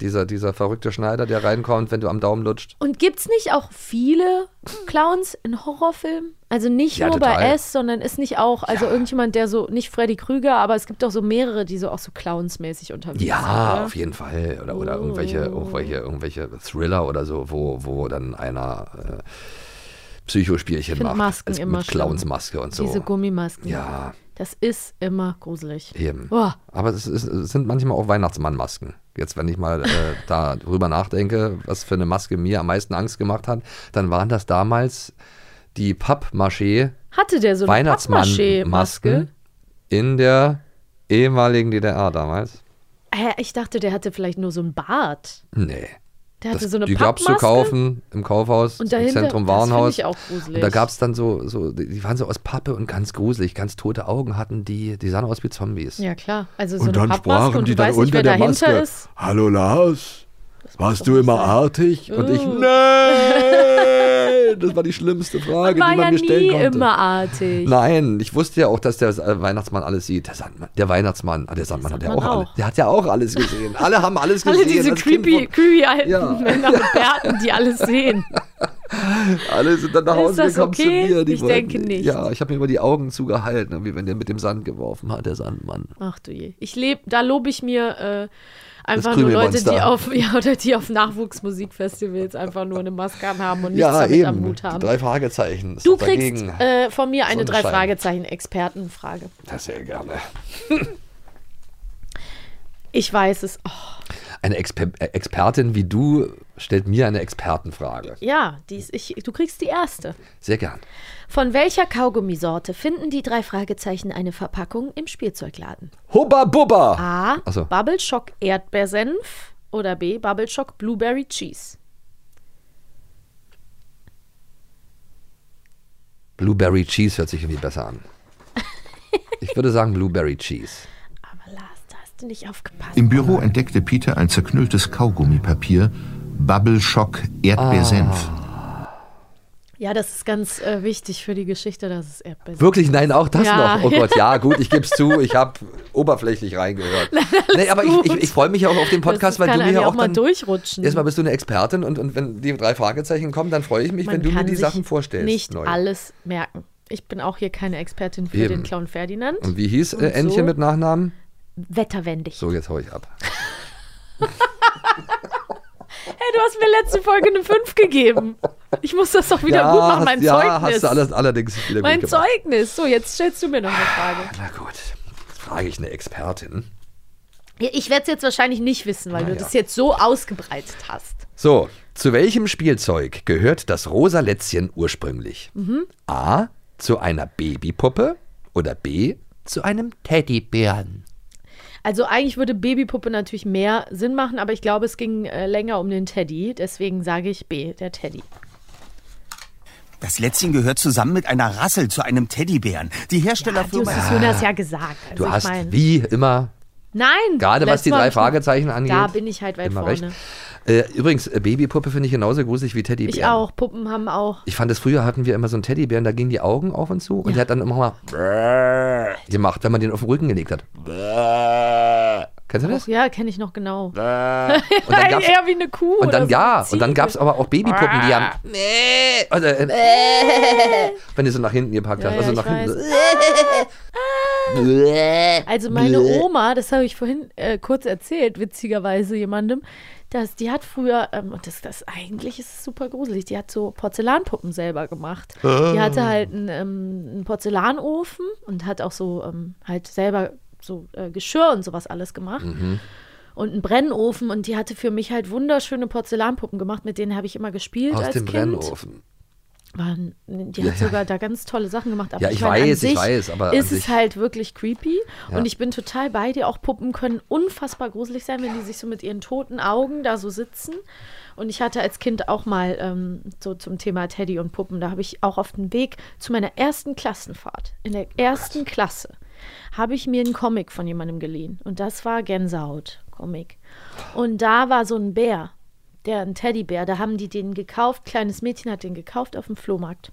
Speaker 4: dieser, dieser verrückte Schneider, der reinkommt, wenn du am Daumen lutscht.
Speaker 5: Und gibt's nicht auch viele Clowns in Horrorfilmen? Also nicht
Speaker 4: Ja,
Speaker 5: nur bei
Speaker 4: total.
Speaker 5: S, sondern ist nicht auch, also irgendjemand, der so, nicht Freddy Krüger, aber es gibt doch so mehrere, die so auch so Clowns-mäßig unterwegs sind.
Speaker 4: Ja,
Speaker 5: oder?
Speaker 4: auf jeden Fall. Oder, oder irgendwelche,
Speaker 5: Oh.
Speaker 4: irgendwelche, irgendwelche Thriller oder so, wo, wo dann einer äh, Psychospielchen
Speaker 5: find
Speaker 4: macht.
Speaker 5: Masken
Speaker 4: als,
Speaker 5: immer
Speaker 4: mit
Speaker 5: schlimm.
Speaker 4: Clownsmaske und so.
Speaker 5: Diese Gummimasken.
Speaker 4: Ja.
Speaker 5: Das ist immer gruselig.
Speaker 4: Eben.
Speaker 5: Boah.
Speaker 4: Aber es, ist, es sind manchmal auch Weihnachtsmannmasken. Jetzt, wenn ich mal äh, darüber nachdenke, was für eine Maske mir am meisten Angst gemacht hat, dann waren das damals die Pappmaché
Speaker 5: Hatte der so eine Pappmaché-Maske?
Speaker 4: Weihnachtsmann-Masken in der ehemaligen DDR damals.
Speaker 5: Hä, ich dachte, der hatte vielleicht nur so einen Bart.
Speaker 4: Nee.
Speaker 5: Der hatte
Speaker 4: Das-
Speaker 5: so eine
Speaker 4: die gab's zu
Speaker 5: Pappmaske?
Speaker 4: kaufen im Kaufhaus,
Speaker 5: Und
Speaker 4: im
Speaker 5: dahinter-
Speaker 4: Zentrum
Speaker 5: das find
Speaker 4: Warenhaus.
Speaker 5: ich auch gruselig.
Speaker 4: Und da gab es dann so, so, die die waren so aus Pappe und ganz gruselig, ganz tote Augen hatten die, die sahen aus wie Zombies.
Speaker 5: Ja, klar. Also so
Speaker 12: und
Speaker 5: eine
Speaker 12: dann
Speaker 5: Pappmaske
Speaker 12: sprachen
Speaker 5: und
Speaker 12: die
Speaker 5: du
Speaker 12: dann
Speaker 5: weißt nicht,
Speaker 12: unter
Speaker 5: wer
Speaker 12: der
Speaker 5: dahinter
Speaker 12: Maske.
Speaker 5: ist.
Speaker 12: Hallo Lars, warst du immer artig? Und ich,
Speaker 5: Uh.
Speaker 4: nein, das war die schlimmste Frage,
Speaker 5: War
Speaker 4: die man
Speaker 5: ja
Speaker 4: mir stellen
Speaker 5: nie
Speaker 4: konnte.
Speaker 5: immer artig.
Speaker 4: Nein, ich wusste ja auch, dass der äh, Weihnachtsmann alles sieht. Der, Sandmann, der Weihnachtsmann, ah, der Sandmann hat ja auch,
Speaker 5: Sandmann
Speaker 4: alles. Der hat ja auch alles gesehen. Alle haben alles gesehen.
Speaker 5: Alle diese
Speaker 4: als Kind
Speaker 5: creepy, creepy alten
Speaker 4: Ja.
Speaker 5: Männer mit Bärten, die alles sehen.
Speaker 4: Alle sind dann nach
Speaker 5: Ist
Speaker 4: Hause
Speaker 5: das
Speaker 4: gekommen
Speaker 5: okay?
Speaker 4: zu mir.
Speaker 5: Ich denke nicht.
Speaker 4: Ja, ich habe mir immer die Augen zugehalten, ne, wie wenn der mit dem Sand geworfen hat, der Sandmann.
Speaker 5: Ach du je. Ich lebe, da lobe ich mir äh, einfach
Speaker 4: Das
Speaker 5: nur Leute, die
Speaker 4: Krümelmonster.
Speaker 5: auf, ja, oder die auf Nachwuchsmusikfestivals einfach nur eine Maske anhaben und nichts
Speaker 4: ja,
Speaker 5: damit
Speaker 4: eben.
Speaker 5: am Hut haben.
Speaker 4: Die drei Fragezeichen. ist
Speaker 5: Du
Speaker 4: doch
Speaker 5: kriegst
Speaker 4: dagegen.
Speaker 5: äh, von mir eine drei
Speaker 4: Sonnenschein.
Speaker 5: Fragezeichen Expertenfrage.
Speaker 4: Das sehr gerne.
Speaker 5: Ich weiß es. Oh,
Speaker 4: Eine Exper äh, Expertin wie du stellt mir eine Expertenfrage.
Speaker 5: ja, die ist, ich, du kriegst die erste.
Speaker 4: Sehr gern.
Speaker 5: Von welcher Kaugummisorte finden die drei Fragezeichen eine Verpackung im Spielzeugladen?
Speaker 4: Hubba Bubba!
Speaker 5: A.
Speaker 4: Ach so.
Speaker 5: Bubble Shock Erdbeersenf oder B. Bubble Shock Blueberry Cheese.
Speaker 4: Blueberry Cheese hört sich irgendwie besser an. Ich würde sagen Blueberry Cheese.
Speaker 5: Hast du nicht aufgepasst?
Speaker 13: Im Büro entdeckte Peter ein zerknülltes Kaugummipapier, Bubble Shock Erdbeersenf.
Speaker 5: Ja, das ist ganz äh, wichtig für die Geschichte, dass es Erdbeersenf
Speaker 4: Wirklich? Nein, auch das
Speaker 5: Ja.
Speaker 4: noch. Oh Gott, ja, gut, ich gebe es zu. Ich habe oberflächlich reingehört. Nee, aber ich, ich, ich freue mich ja auch auf den Podcast,
Speaker 5: Das
Speaker 4: weil
Speaker 5: kann
Speaker 4: du
Speaker 5: einem
Speaker 4: mir
Speaker 5: ja
Speaker 4: ja
Speaker 5: auch
Speaker 4: auch
Speaker 5: mal
Speaker 4: dann,
Speaker 5: durchrutschen.
Speaker 4: Erstmal bist du eine Expertin und, und wenn die drei Fragezeichen kommen, dann freue ich mich,
Speaker 5: Man
Speaker 4: wenn du mir
Speaker 5: kann
Speaker 4: die
Speaker 5: sich
Speaker 4: Sachen vorstellst.
Speaker 5: Nicht
Speaker 4: neu.
Speaker 5: alles merken. Ich bin auch hier keine Expertin für
Speaker 4: Eben.
Speaker 5: den Clown Ferdinand.
Speaker 4: Und wie hieß äh,
Speaker 5: Und
Speaker 4: Entchen
Speaker 5: so
Speaker 4: mit Nachnamen?
Speaker 5: Wetterwendig.
Speaker 4: So, jetzt hau ich ab.
Speaker 5: Hey, du hast mir letzte Folge eine 5 gegeben. Ich muss das doch wieder
Speaker 4: ja,
Speaker 5: gut machen, mein
Speaker 4: hast, ja,
Speaker 5: Zeugnis.
Speaker 4: hast du alles, allerdings wieder
Speaker 5: mein
Speaker 4: gut gemacht.
Speaker 5: Zeugnis. So, jetzt stellst du mir noch eine Frage.
Speaker 4: Na gut, jetzt frage ich eine Expertin.
Speaker 5: Ja, Ich werde es jetzt wahrscheinlich nicht wissen, weil
Speaker 4: Na
Speaker 5: du
Speaker 4: Ah, ja.
Speaker 5: das jetzt so ausgebreitet hast.
Speaker 4: So, zu welchem Spielzeug gehört das rosa Lätzchen ursprünglich?
Speaker 5: Mhm.
Speaker 4: A. Zu einer Babypuppe oder B. Zu einem Teddybären.
Speaker 5: Also eigentlich würde Babypuppe natürlich mehr Sinn machen, aber ich glaube, es ging äh, länger um den Teddy. Deswegen sage ich B, der Teddy.
Speaker 11: Das Lätzchen gehört zusammen mit einer Rassel zu einem Teddybären. Die
Speaker 5: Du
Speaker 11: Herstellerfirma.
Speaker 5: hast es Jonas ja gesagt. Also
Speaker 4: äh, Du hast
Speaker 5: ich mein,
Speaker 4: wie immer,
Speaker 5: Nein.
Speaker 4: gerade was die
Speaker 5: letztes Mal
Speaker 4: drei
Speaker 5: hab ich-
Speaker 4: Fragezeichen angeht,
Speaker 5: Da bin ich halt weit
Speaker 4: immer
Speaker 5: vorne.
Speaker 4: recht. Äh, übrigens, äh, Babypuppe finde ich genauso gruselig wie Teddybären.
Speaker 5: Ich auch. Puppen haben auch.
Speaker 4: Ich fand es früher hatten wir immer so einen Teddybären, da gingen die Augen auf und zu und der hat dann immer mal gemacht, wenn man den auf den Rücken gelegt hat. Kennst du das?
Speaker 5: Och, ja, kenne ich noch genau.
Speaker 4: Äh,
Speaker 5: Und
Speaker 4: dann gab's-
Speaker 5: Eher wie eine Kuh.
Speaker 4: Und dann
Speaker 5: oder so.
Speaker 4: ja, und dann gab es aber auch Babypuppen, die haben,
Speaker 5: Nee.
Speaker 4: also, äh, wenn die so nach hinten gepackt
Speaker 5: Ja,
Speaker 4: haben,
Speaker 5: ja,
Speaker 4: also
Speaker 5: ich
Speaker 4: nach hinten.
Speaker 5: Also meine Oma, das habe ich vorhin äh, kurz erzählt, witzigerweise jemandem, dass die hat früher, ähm, und das, das eigentlich ist es super gruselig, die hat so Porzellanpuppen selber gemacht. Die
Speaker 14: Ah.
Speaker 5: hatte halt einen, ähm, einen Porzellanofen und hat auch so ähm, halt selber so äh, Geschirr und sowas alles gemacht.
Speaker 14: Mhm.
Speaker 5: Und einen Brennofen und die hatte für mich halt wunderschöne Porzellanpuppen gemacht, mit denen habe ich immer gespielt
Speaker 4: Aus
Speaker 5: als
Speaker 4: dem
Speaker 5: Kind.
Speaker 4: Brennofen.
Speaker 5: Waren, die
Speaker 4: Ja,
Speaker 5: hat
Speaker 4: ja.
Speaker 5: sogar da ganz tolle Sachen gemacht. Aber
Speaker 4: Ja, ich
Speaker 5: meine, an
Speaker 4: weiß, ich
Speaker 5: sich
Speaker 4: weiß, aber an
Speaker 5: ist
Speaker 4: sich-
Speaker 5: es halt wirklich creepy.
Speaker 4: Ja.
Speaker 5: Und ich bin total bei dir. Auch Puppen können unfassbar gruselig sein, wenn die sich so mit ihren toten Augen da so sitzen. Und ich hatte als Kind auch mal ähm, so zum Thema Teddy und Puppen, da habe ich auch auf dem Weg zu meiner ersten Klassenfahrt, in der ersten Klasse, habe ich mir einen Comic von jemandem geliehen. Und das war Gänsehaut-Comic. Und da war so ein Bär, der ein Teddybär, da haben die den gekauft, kleines Mädchen hat den gekauft auf dem Flohmarkt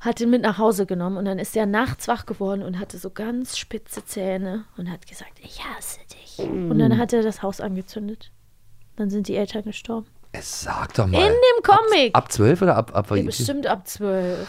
Speaker 5: hat ihn mit nach Hause genommen und dann ist er nachts wach geworden und hatte so ganz spitze Zähne und hat gesagt, ich hasse dich. Und
Speaker 4: Mm.
Speaker 5: dann hat er das Haus angezündet. Dann sind die Eltern gestorben.
Speaker 4: Es sag doch mal.
Speaker 5: In dem Comic.
Speaker 4: Ab 12 oder ab, ab
Speaker 5: Ja, bestimmt ab zwölf.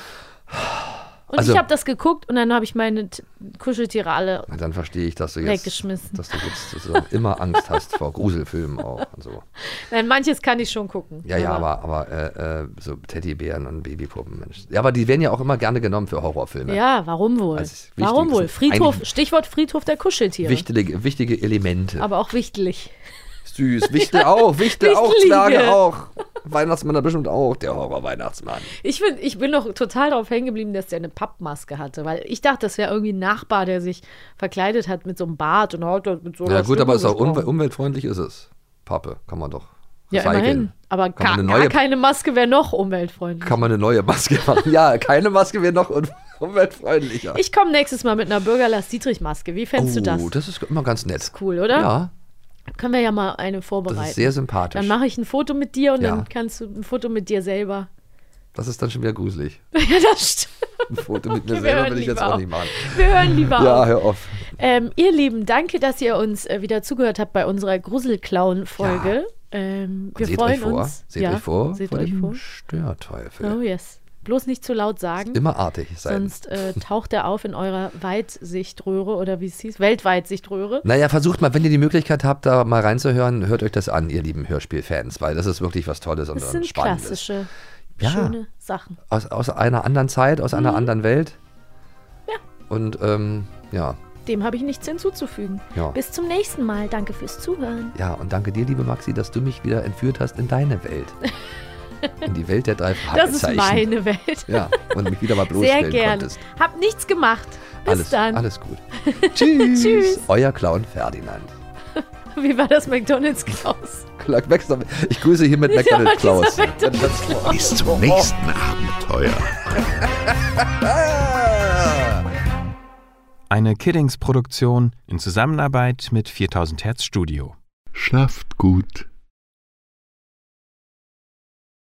Speaker 5: Und
Speaker 4: Also-
Speaker 5: ich habe das geguckt und dann habe ich meine T Kuscheltiere alle.
Speaker 4: Na, Dann verstehe ich, dass du jetzt,
Speaker 5: Weggeschmissen.
Speaker 4: dass du jetzt so immer Angst hast vor Gruselfilmen auch und so.
Speaker 5: Nein, manches kann ich schon gucken.
Speaker 4: Ja, ja, aber, aber äh, äh, so Teddybären und Babypuppen, Mensch. Ja, aber die werden ja auch immer gerne genommen für Horrorfilme.
Speaker 5: Ja, warum wohl?
Speaker 4: Also es ist wichtig,
Speaker 5: warum
Speaker 4: es
Speaker 5: wohl?
Speaker 4: ist
Speaker 5: Friedhof,
Speaker 4: eigentlich-
Speaker 5: Stichwort Friedhof der Kuscheltiere.
Speaker 4: Wichtige, wichtige Elemente.
Speaker 5: Aber auch wichtig.
Speaker 4: Süß, Wichtel auch, Wichtel auch,
Speaker 5: Wichtige.
Speaker 4: Zwerge auch. Weihnachtsmann da bestimmt auch, der Horror-Weihnachtsmann.
Speaker 5: Ich bin, ich bin noch total darauf hängen geblieben, dass der eine Pappmaske hatte, weil ich dachte, das wäre irgendwie ein Nachbar, der sich verkleidet hat mit so einem Bart und hat dort mit so einer
Speaker 4: Ja gut,
Speaker 5: Stimme
Speaker 4: aber ist auch
Speaker 5: gesprochen.
Speaker 4: umwel- umweltfreundlich ist es. Pappe, kann man doch
Speaker 5: Ja,
Speaker 4: recyceln.
Speaker 5: immerhin. Aber
Speaker 4: Kann
Speaker 5: gar,
Speaker 4: man eine
Speaker 5: gar
Speaker 4: neue-
Speaker 5: keine Maske wäre noch umweltfreundlich.
Speaker 4: Kann man eine neue Maske machen. Ja, keine Maske wäre noch un- umweltfreundlicher.
Speaker 5: Ich komme nächstes Mal mit einer Bürgerlast-Dietrich-Maske. Wie fändest
Speaker 4: oh,
Speaker 5: du das?
Speaker 4: das ist immer ganz nett.
Speaker 5: Cool, oder?
Speaker 4: Ja,
Speaker 5: Können wir ja mal eine vorbereiten.
Speaker 4: sehr sympathisch.
Speaker 5: Dann mache ich ein Foto mit dir und
Speaker 4: Ja.
Speaker 5: dann kannst du ein Foto mit dir selber.
Speaker 4: das ist dann schon wieder gruselig.
Speaker 5: ja, das stimmt.
Speaker 4: Ein Foto mit mir
Speaker 5: Okay, wir
Speaker 4: selber
Speaker 5: hören
Speaker 4: will ich jetzt
Speaker 5: lieber
Speaker 4: auch
Speaker 5: auf.
Speaker 4: nicht machen.
Speaker 5: Wir hören lieber
Speaker 4: Ja,
Speaker 5: auf.
Speaker 4: hör auf.
Speaker 5: Ähm, ihr Lieben, danke, dass ihr uns äh, wieder zugehört habt bei unserer Gruselclown-Folge. Ähm, wir
Speaker 4: seht
Speaker 5: freuen
Speaker 4: euch vor,
Speaker 5: uns.
Speaker 4: seht
Speaker 5: Ja,
Speaker 4: euch vor,
Speaker 5: Seht
Speaker 4: vor
Speaker 5: euch
Speaker 4: dem
Speaker 5: vor.
Speaker 4: Störteufel.
Speaker 5: Oh yes. Bloß nicht zu laut sagen.
Speaker 4: Immer artig sein.
Speaker 5: Sonst äh, taucht er auf in eurer Weitsichtröhre oder wie es hieß, Weltweitsichtröhre.
Speaker 4: Naja, versucht mal, wenn ihr die Möglichkeit habt, da mal reinzuhören, hört euch das an, ihr lieben Hörspielfans, weil das ist wirklich was Tolles und,
Speaker 5: Das
Speaker 4: und
Speaker 5: sind
Speaker 4: Spannendes.
Speaker 5: klassische,
Speaker 4: Ja.
Speaker 5: schöne Sachen.
Speaker 4: Aus, aus einer anderen Zeit, aus
Speaker 5: Mhm.
Speaker 4: einer anderen Welt. Ja. Und ähm, ja,
Speaker 5: Dem habe ich nichts hinzuzufügen.
Speaker 4: Ja.
Speaker 5: Bis zum nächsten Mal. Danke fürs Zuhören.
Speaker 4: ja, und danke dir, liebe Maxi, dass du mich wieder entführt hast in deine Welt. In die Welt der drei
Speaker 5: Das ist
Speaker 4: Fragezeichen.
Speaker 5: meine Welt.
Speaker 4: Ja, und mich wieder mal
Speaker 5: Sehr
Speaker 4: bloßstellen
Speaker 5: gern.
Speaker 4: konntest.
Speaker 5: Hab nichts gemacht. Bis
Speaker 4: alles,
Speaker 5: dann.
Speaker 4: alles gut.
Speaker 5: Tschüss. Tschüss.
Speaker 4: Euer Clown Ferdinand.
Speaker 5: Wie war das McDonalds Klaus?
Speaker 4: Clark Maxter- Ich grüße hiermit
Speaker 5: Ja,
Speaker 4: McDonald
Speaker 5: dieser
Speaker 4: Klaus.
Speaker 5: McDonald Klaus.
Speaker 1: Bis zum nächsten Abenteuer.
Speaker 15: Eine Kiddings-Produktion in Zusammenarbeit mit 4000 Hertz Studio.
Speaker 1: Schlaft gut.